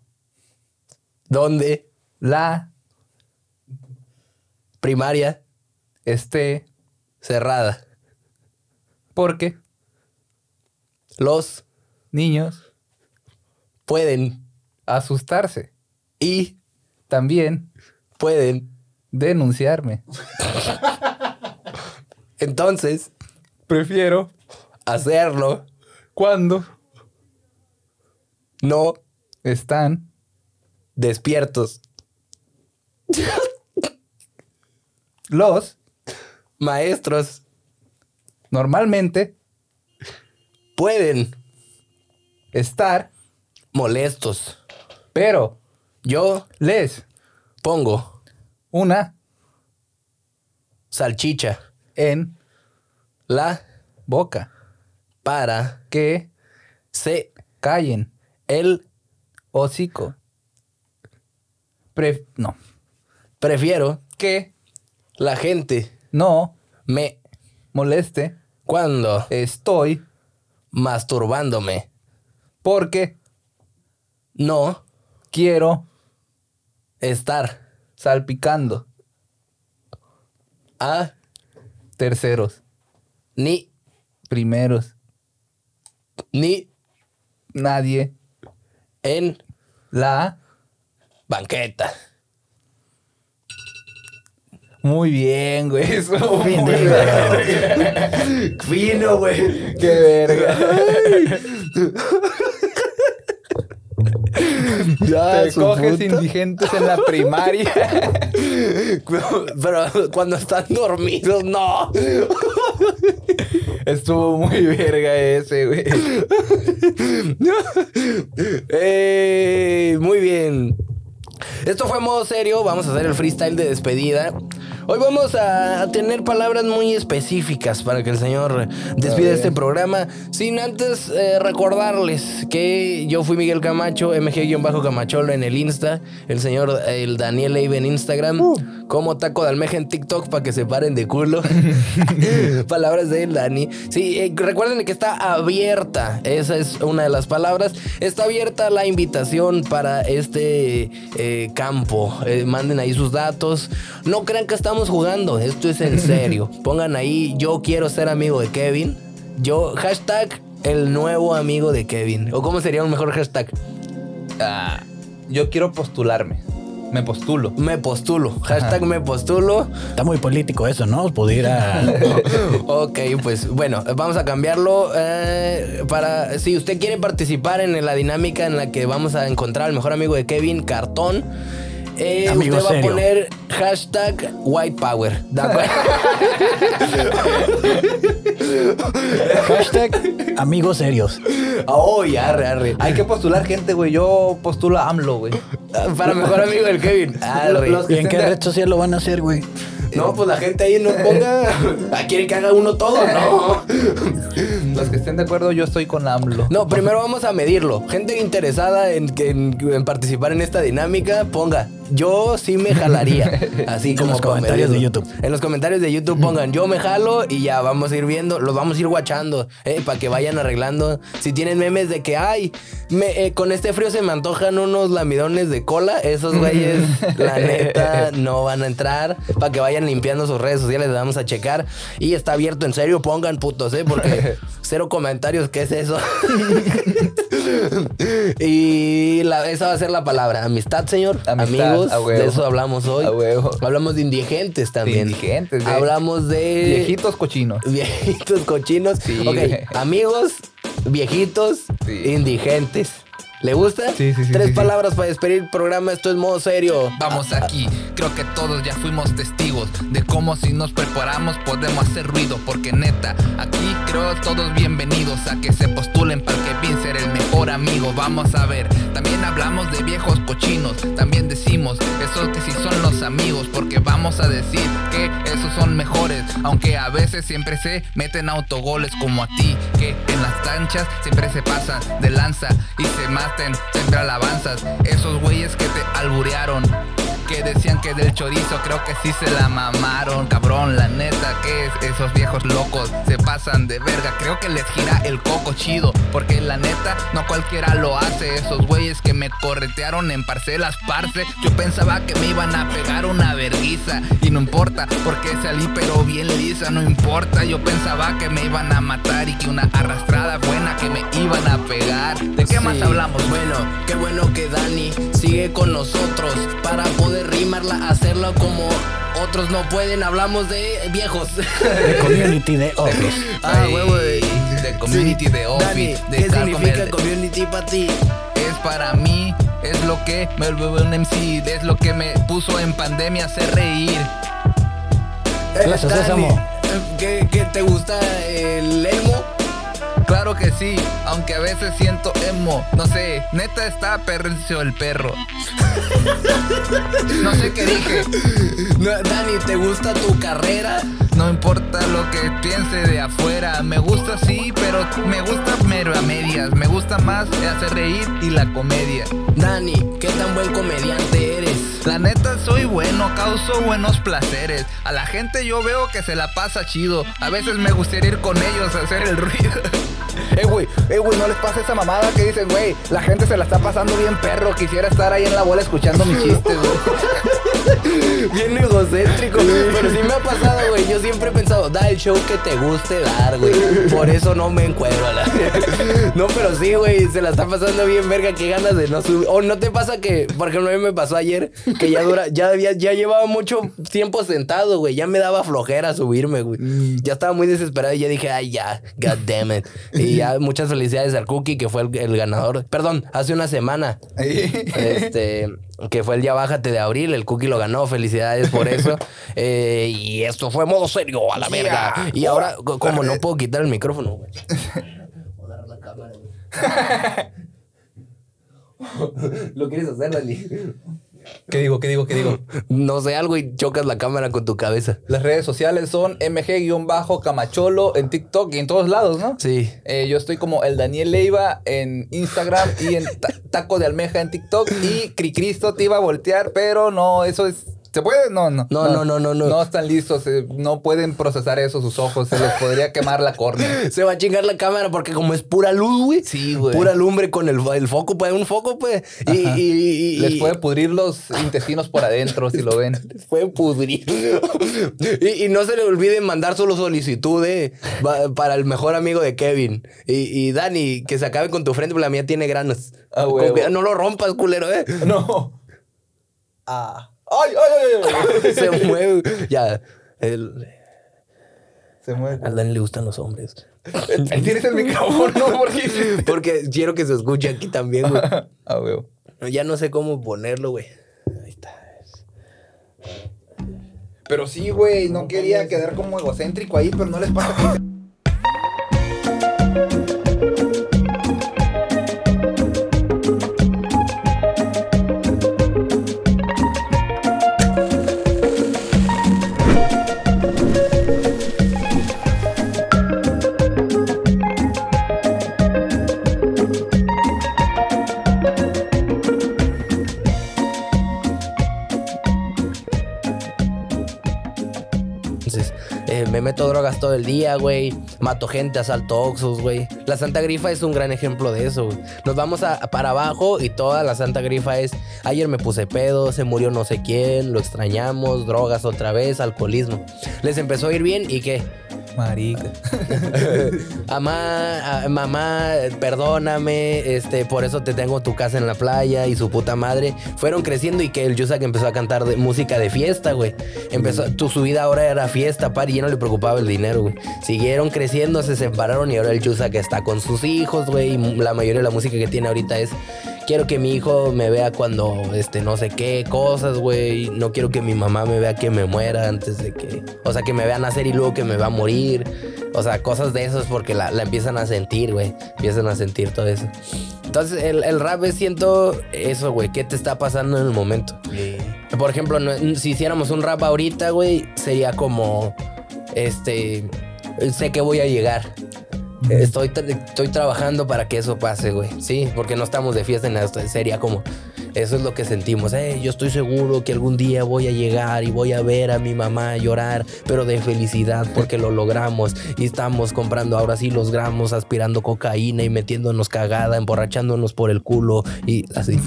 C: Donde.
D: La
C: Primaria.
D: esté
C: Cerrada.
D: porque
C: Los
D: niños
C: pueden
D: asustarse.
C: y
D: También
C: pueden.
D: denunciarme.
C: Entonces,
D: Prefiero
C: hacerlo
D: cuando
C: no
D: están
C: despiertos.
D: los
C: Maestros
D: normalmente
C: pueden
D: estar,
C: molestos.
D: pero
C: Yo
D: les
C: pongo
D: una
C: salchicha
D: en
C: la
D: boca
C: para
D: que
C: se
D: callen
C: el
D: hocico. Pref- no.
C: prefiero
D: Que
C: la gente
D: no
C: me
D: moleste.
C: cuando
D: Estoy
C: masturbándome
D: porque
C: no
D: quiero
C: estar
D: salpicando
C: a
D: terceros,
C: ni
D: primeros,
C: ni
D: nadie,
C: en
D: la.
C: banqueta.
D: Muy bien, güey. Eso. muy
C: Fino, güey.
D: Qué verga.
C: Ya,
D: Te
C: su
D: coges
C: puta.
D: indigentes en la primaria.
C: Pero cuando están dormidos, no.
D: Estuvo muy verga ese, güey.
C: Ey, muy bien. Esto fue modo serio. Vamos a hacer el freestyle de despedida. Hoy vamos a, a tener palabras muy específicas para que el señor despida este programa. Sin antes eh, recordarles que yo fui Miguel Camacho, MG-Camacholo en el Insta. El señor eh, el Daniel Leiva en Instagram. Como taco de almeja en TikTok para que se paren de culo. palabras de él, Dani. Sí, eh, recuerden que está abierta. Esa es una de las palabras. Está abierta la invitación para este eh, campo. Eh, manden ahí sus datos. No crean que estamos jugando. Esto es en serio. Pongan ahí, yo quiero ser amigo de Kevin. Yo, hashtag, el nuevo amigo de Kevin. ¿O cómo sería un mejor hashtag?
E: Ah, yo quiero postularme. Me postulo.
C: Me postulo. Hashtag me postulo.
B: Está muy político eso, ¿no? Pudiera.
C: Ok, pues bueno, vamos a cambiarlo eh, para si usted quiere participar en la dinámica en la que vamos a encontrar al mejor amigo de Kevin Cartón. eh,
B: Amigo
C: usted va
B: serio.
C: a poner hashtag White Power. ¿de acuerdo?
B: Hashtag amigos serios.
C: oh, ya, arre, arre.
E: Hay que postular gente, güey. Yo postulo a AMLO, güey.
C: Para mejor amigo del Kevin. Arre.
E: Los-
B: ¿Y en qué red social lo van a hacer, güey?
C: No, pues la gente ahí no ponga. Ah, ¿Quiere que haga uno todo? No.
E: Los que estén de acuerdo, yo estoy con AMLO.
C: No, primero vamos a medirlo. Gente interesada en, en- en participar en esta dinámica, ponga, yo sí me jalaría. Así
B: En
C: como
B: los
C: para
B: comentarios de
C: medirlo.
B: YouTube.
C: En los comentarios de YouTube pongan, yo me jalo y ya vamos a ir viendo, los vamos a ir guachando, para que vayan arreglando. Si tienen memes de que, ay, me- eh, con este frío se me antojan unos lamidones de cola, esos güeyes, la neta, no van a entrar. Para que vayan limpiando sus redes sociales, les vamos a checar. Y está abierto, en serio, pongan putos, ¿eh? Porque cero comentarios, ¿qué es eso? Y la- esa va a ser la palabra. Amistad, señor.
E: Amistad,
C: Amigos.
E: a huevo.
C: De eso hablamos hoy.
E: A huevo.
C: Hablamos de indigentes también.
E: indigentes, de-
C: Hablamos de.
E: Viejitos cochinos.
C: Viejitos cochinos.
E: Sí,
C: ok.
E: güey.
C: Amigos, viejitos,
E: Sí.
C: indigentes. ¿Le gusta?
E: Sí, sí, sí,
C: Tres
E: sí, sí.
C: palabras para despedir el programa. Esto es modo serio.
D: Vamos aquí, creo que todos ya fuimos testigos de cómo si nos preparamos podemos hacer ruido, porque neta, aquí creo todos bienvenidos a que se postulen para que Vin ser el mejor amigo. Vamos a ver, también hablamos de viejos cochinos, también decimos eso que si son los amigos, porque vamos a decir que esos son mejores, aunque a veces siempre se meten autogoles como a ti, que en las canchas siempre se pasan de lanza y se maten siempre alabanzas. Esos güeyes que te alburearon, que decían que del chorizo creo que sí se la mamaron, cabrón, la neta que es esos viejos locos se pasan de verga, creo que les gira el coco chido, porque la neta no cualquiera lo hace, esos güeyes que me corretearon en parcelas parce, yo pensaba que me iban a pegar una verguiza y no importa porque salí pero bien lisa, no importa, yo pensaba que me iban a matar y que una arrastrada buena que me iban a pegar. ¿De qué más
C: Sí.
D: hablamos?
C: Bueno, qué bueno que Dani sigue con nosotros para poder rimarla, hacerla como otros no pueden. Hablamos de viejos.
B: De community de otros.
C: Ah,
D: Ay,
C: huevo de-
D: de community, de office,
C: Dani,
D: de
C: ¿qué
D: estar con
C: significa
D: el-
C: community para ti?
D: es para mí, es lo que me volvió un MC, es lo que me puso en pandemia a hacer reír.
B: Plaza
C: Dani,
B: Sésamo.
C: eh, ¿Qué, qué te gusta el elmo?
D: Claro que sí, aunque a veces siento emo, no sé, neta está perrencio el perro. No sé qué dije,
C: No, Dani, ¿te gusta tu carrera?
D: no importa lo que piense de afuera, me gusta sí, pero me gusta mero a medias, me gusta más hacer reír y la comedia.
C: Dani, ¿qué tan buen comediante eres?
D: La neta soy bueno, causo buenos placeres. A la gente yo veo que se la pasa chido. A veces me gustaría ir con ellos a hacer el ruido.
E: Eh, güey, eh, güey, no les pasa esa mamada que dicen, güey, la gente se la está pasando bien perro. Quisiera estar ahí en la bola escuchando mis chistes, güey.
C: Bien egocéntrico, pero sí me ha pasado, güey. Yo siempre he pensado, da el show que te guste dar, güey. Por eso no me encuentro a la. No, pero sí, güey, se la está pasando bien, verga. Qué ganas de no subir. O no te pasa que, por ejemplo, a mí me pasó ayer que ya dura, ya, había- ya llevaba mucho tiempo sentado, güey. Ya me daba flojera subirme, güey. Ya estaba muy desesperado y ya dije, ay, ya, god damn it. Y ya muchas felicidades al Cookie, que fue el- el ganador. Perdón, hace una semana. Este, que fue el Ya Bájate de abril. El Cookie lo ganó. Felicidades por eso. Eh, y esto fue modo serio, a la verga. Y ahora, co- como no puedo quitar el micrófono, güey. Voy a agarrar la cámara, güey. ¿Lo quieres hacer, Dani?
D: ¿Qué digo? ¿Qué digo? ¿Qué digo?
C: No sé algo y chocas la cámara con tu cabeza.
D: Las redes sociales son mg-camacholo en TikTok y en todos lados, ¿no?
C: Sí.
D: Eh, yo estoy como el Daniel Leiva en Instagram y en ta- Taco de Almeja en TikTok. Y Cricristo te iba a voltear, pero no, eso es. ¿Se puede? No, no.
C: No, no, no, no, no.
D: No están listos. eh, no pueden procesar eso sus ojos. Se les podría quemar la córnea.
C: Se va a chingar la cámara porque como es pura luz, güey.
D: Sí, güey.
C: Pura lumbre con el, el foco, pues, un foco, pues. Y, y- y- y-
D: Les puede pudrir los intestinos por adentro si lo ven.
C: les puede pudrir. y, y no se le olvide mandar solo solicitud eh, va- para el mejor amigo de Kevin. Y, y Dani, que se acabe con tu frente, porque la mía tiene granos.
D: Ah,
C: Con
D: huevo.
C: cuidado, no lo rompas, culero, eh.
D: No. Ah. ¡Ay, ay, ay! ay!
C: se mueve. Ya. El,
D: Se mueve.
C: a Dani le gustan los hombres.
D: Ahí tienes el micrófono porque.
C: Porque quiero que se escuche aquí también, güey.
D: Ah, huevo.
C: No, Ya no sé cómo ponerlo, güey. Ahí está.
D: Pero sí, güey, no quería quedar como egocéntrico ahí, pero no les pasa que...
C: Entonces, eh, me meto drogas todo el día, güey. Mato gente, asalto oxos, güey. La Santa Grifa es un gran ejemplo de eso, güey. Nos vamos a- para abajo y toda la Santa Grifa es... Ayer me puse pedo, se murió no sé quién, lo extrañamos, drogas otra vez, alcoholismo. Les empezó a ir bien y qué...
D: Marica.
C: Amá, a- mamá, perdóname, este, por eso te tengo tu casa en la playa y su puta madre. Fueron creciendo y que el Yusak empezó a cantar de- música de fiesta, güey. Empezó, tu, su vida ahora era fiesta, par, y ya no le preocupaba el dinero, güey. Siguieron creciendo, se separaron y ahora el Yusak está con sus hijos, güey. Y mu- la mayoría de la música que tiene ahorita es, quiero que mi hijo me vea cuando, este, no sé qué cosas, güey. No quiero que mi mamá me vea que me muera antes de que, o sea, que me vea nacer y luego que me va a morir. O sea, cosas de esas porque la, la empiezan a sentir, güey. Empiezan a sentir todo eso. Entonces, el, el rap es siento eso, güey. ¿Qué te está pasando en el momento?
B: Pues, eh,
C: Por ejemplo, no- si hiciéramos un rap ahorita, güey, sería como, este, sé que voy a llegar. Estoy, tra- estoy trabajando para que eso pase, güey. Sí, porque no estamos de fiesta en esto. Sería como, eso es lo que sentimos. Eh, yo estoy seguro que algún día voy a llegar y voy a ver a mi mamá llorar, pero de felicidad porque lo logramos. Y estamos comprando ahora sí los gramos, aspirando cocaína y metiéndonos cagada, emborrachándonos por el culo y así.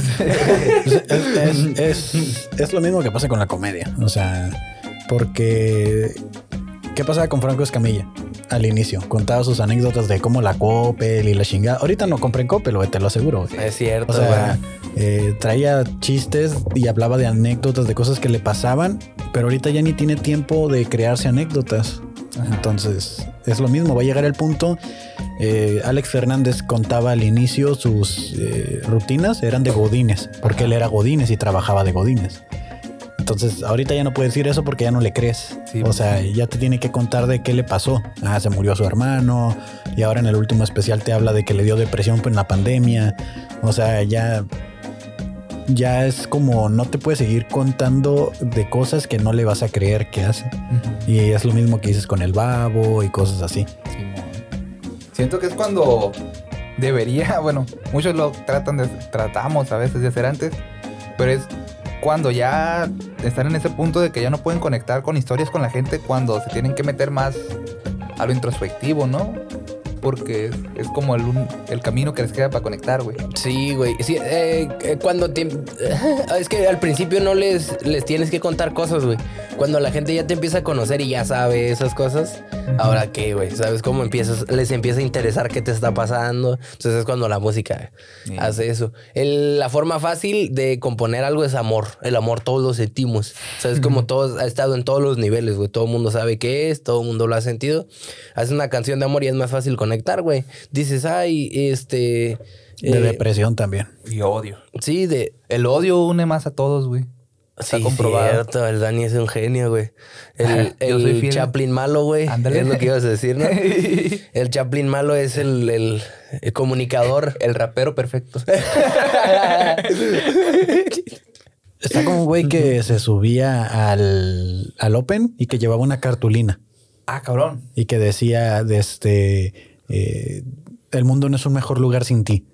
B: es, es- es lo mismo que pasa con la comedia. O sea, porque. ¿Qué pasaba con Franco Escamilla? Al inicio, contaba sus anécdotas de cómo la Coppel y la chingada. Ahorita no compren Coppel, güey, te lo aseguro. güey.
C: es cierto,
B: O sea, eh, traía chistes y hablaba de anécdotas, de cosas que le pasaban, pero ahorita ya ni tiene tiempo de crearse anécdotas. Entonces, es lo mismo, va a llegar el punto. eh, Alex Fernández contaba al inicio sus eh, rutinas, eran de Godines, porque él era Godines y trabajaba de Godines. Entonces, ahorita ya no puede decir eso porque ya no le crees.
D: Sí,
B: o sea, ya te tiene que contar de qué le pasó. Ah, se murió su hermano. Y ahora en el último especial te habla de que le dio depresión en la pandemia. O sea, ya. Ya es como no te puedes seguir contando de cosas que no le vas a creer que hace. Y es lo mismo que dices con el babo y cosas así.
D: Siento que es cuando debería, bueno, muchos lo tratan de, tratamos a veces de hacer antes, pero es cuando ya están en ese punto de que ya no pueden conectar con historias con la gente, cuando se tienen que meter más a lo introspectivo, ¿no? Porque es, es como el, un- el camino que les queda para conectar, güey.
C: Sí, güey. Sí, eh, eh, cuando te... es que al principio no les, les tienes que contar cosas, güey. Cuando la gente ya te empieza a conocer y ya sabe esas cosas, ahora qué, güey. ¿Sabes cómo empiezas? Les empieza a interesar qué te está pasando. Entonces es cuando la música
D: Sí.
C: hace eso. El- la forma fácil de componer algo es amor. El amor todos lo sentimos. ¿Sabes cómo todos ha estado en todos los niveles, güey? Todo el mundo sabe qué es, todo el mundo lo ha sentido. Haces una canción de amor y es más fácil conectar, güey. Dices, ay, este...
B: De
C: eh,
B: depresión también.
D: Y odio.
C: Sí, de.
D: El odio une más a todos, güey. Está
C: sí,
D: comprobado.
C: cierto, el Dani es un genio, güey. El,
D: Yo soy
C: el
D: fiel.
C: Chaplin malo, güey.
D: Ándale.
C: Es lo que ibas a decir, ¿no? El Chaplin malo es el, el- el comunicador.
D: El rapero perfecto.
B: Está como un güey que se subía al, al Open y que llevaba una cartulina
D: Ah, cabrón.
B: y que decía de este eh, el mundo no es un mejor lugar sin ti.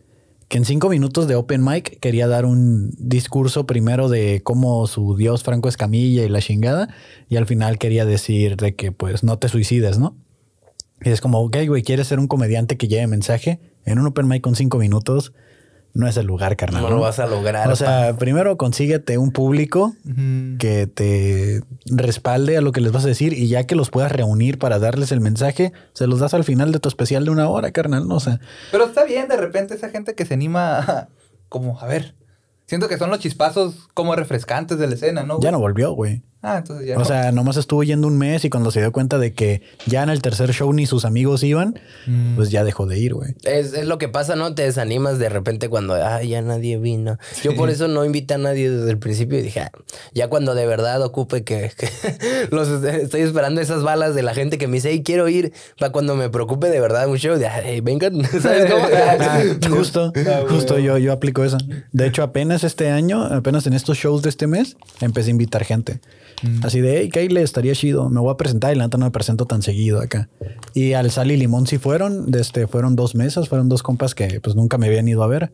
B: Que en cinco minutos de Open Mic quería dar un discurso primero de cómo su dios Franco Escamilla y la chingada. Y al final quería decir de que pues no te suicides, ¿no? Y es como, ok, güey, ¿quieres ser un comediante que lleve mensaje? En un Open Mic con cinco minutos no es el lugar, carnal.
C: No lo vas a lograr.
B: O sea, primero consíguete un público que te respalde a lo que les vas a decir y ya que los puedas reunir para darles el mensaje, se los das al final de tu especial de una hora, carnal. ¿no? O sea,
D: Pero está bien, de repente, esa gente que se anima a- como, a ver. Siento que son los chispazos como refrescantes de la escena, ¿no? güey?
B: ya no volvió, güey.
D: Ah, entonces ya
B: O
D: no.
B: sea, nomás estuvo yendo un mes y cuando se dio cuenta de que ya en el tercer show ni sus amigos iban,
D: Mm.
B: pues ya dejó de ir, güey.
C: Es, es lo que pasa, ¿no? Te desanimas de repente cuando, ah, ya nadie vino. Yo por eso no invité a nadie desde el principio y dije, "Ah, ya cuando de verdad ocupe que, que los estoy esperando esas balas de la gente que me dice, hey, quiero ir, para cuando me preocupe de verdad un show, de, "Ay, vengan, ¿sabes cómo?
B: Ah, justo, justo yo, yo aplico eso. De hecho, apenas este año, apenas en estos shows de este mes, empecé a invitar gente. Así de, hey, Kyle, estaría chido, me voy a presentar y la neta no me presento tan seguido acá. este, Y al Sal y Limón sí fueron, desde, fueron dos mesas, fueron dos compas que pues nunca me habían ido a ver.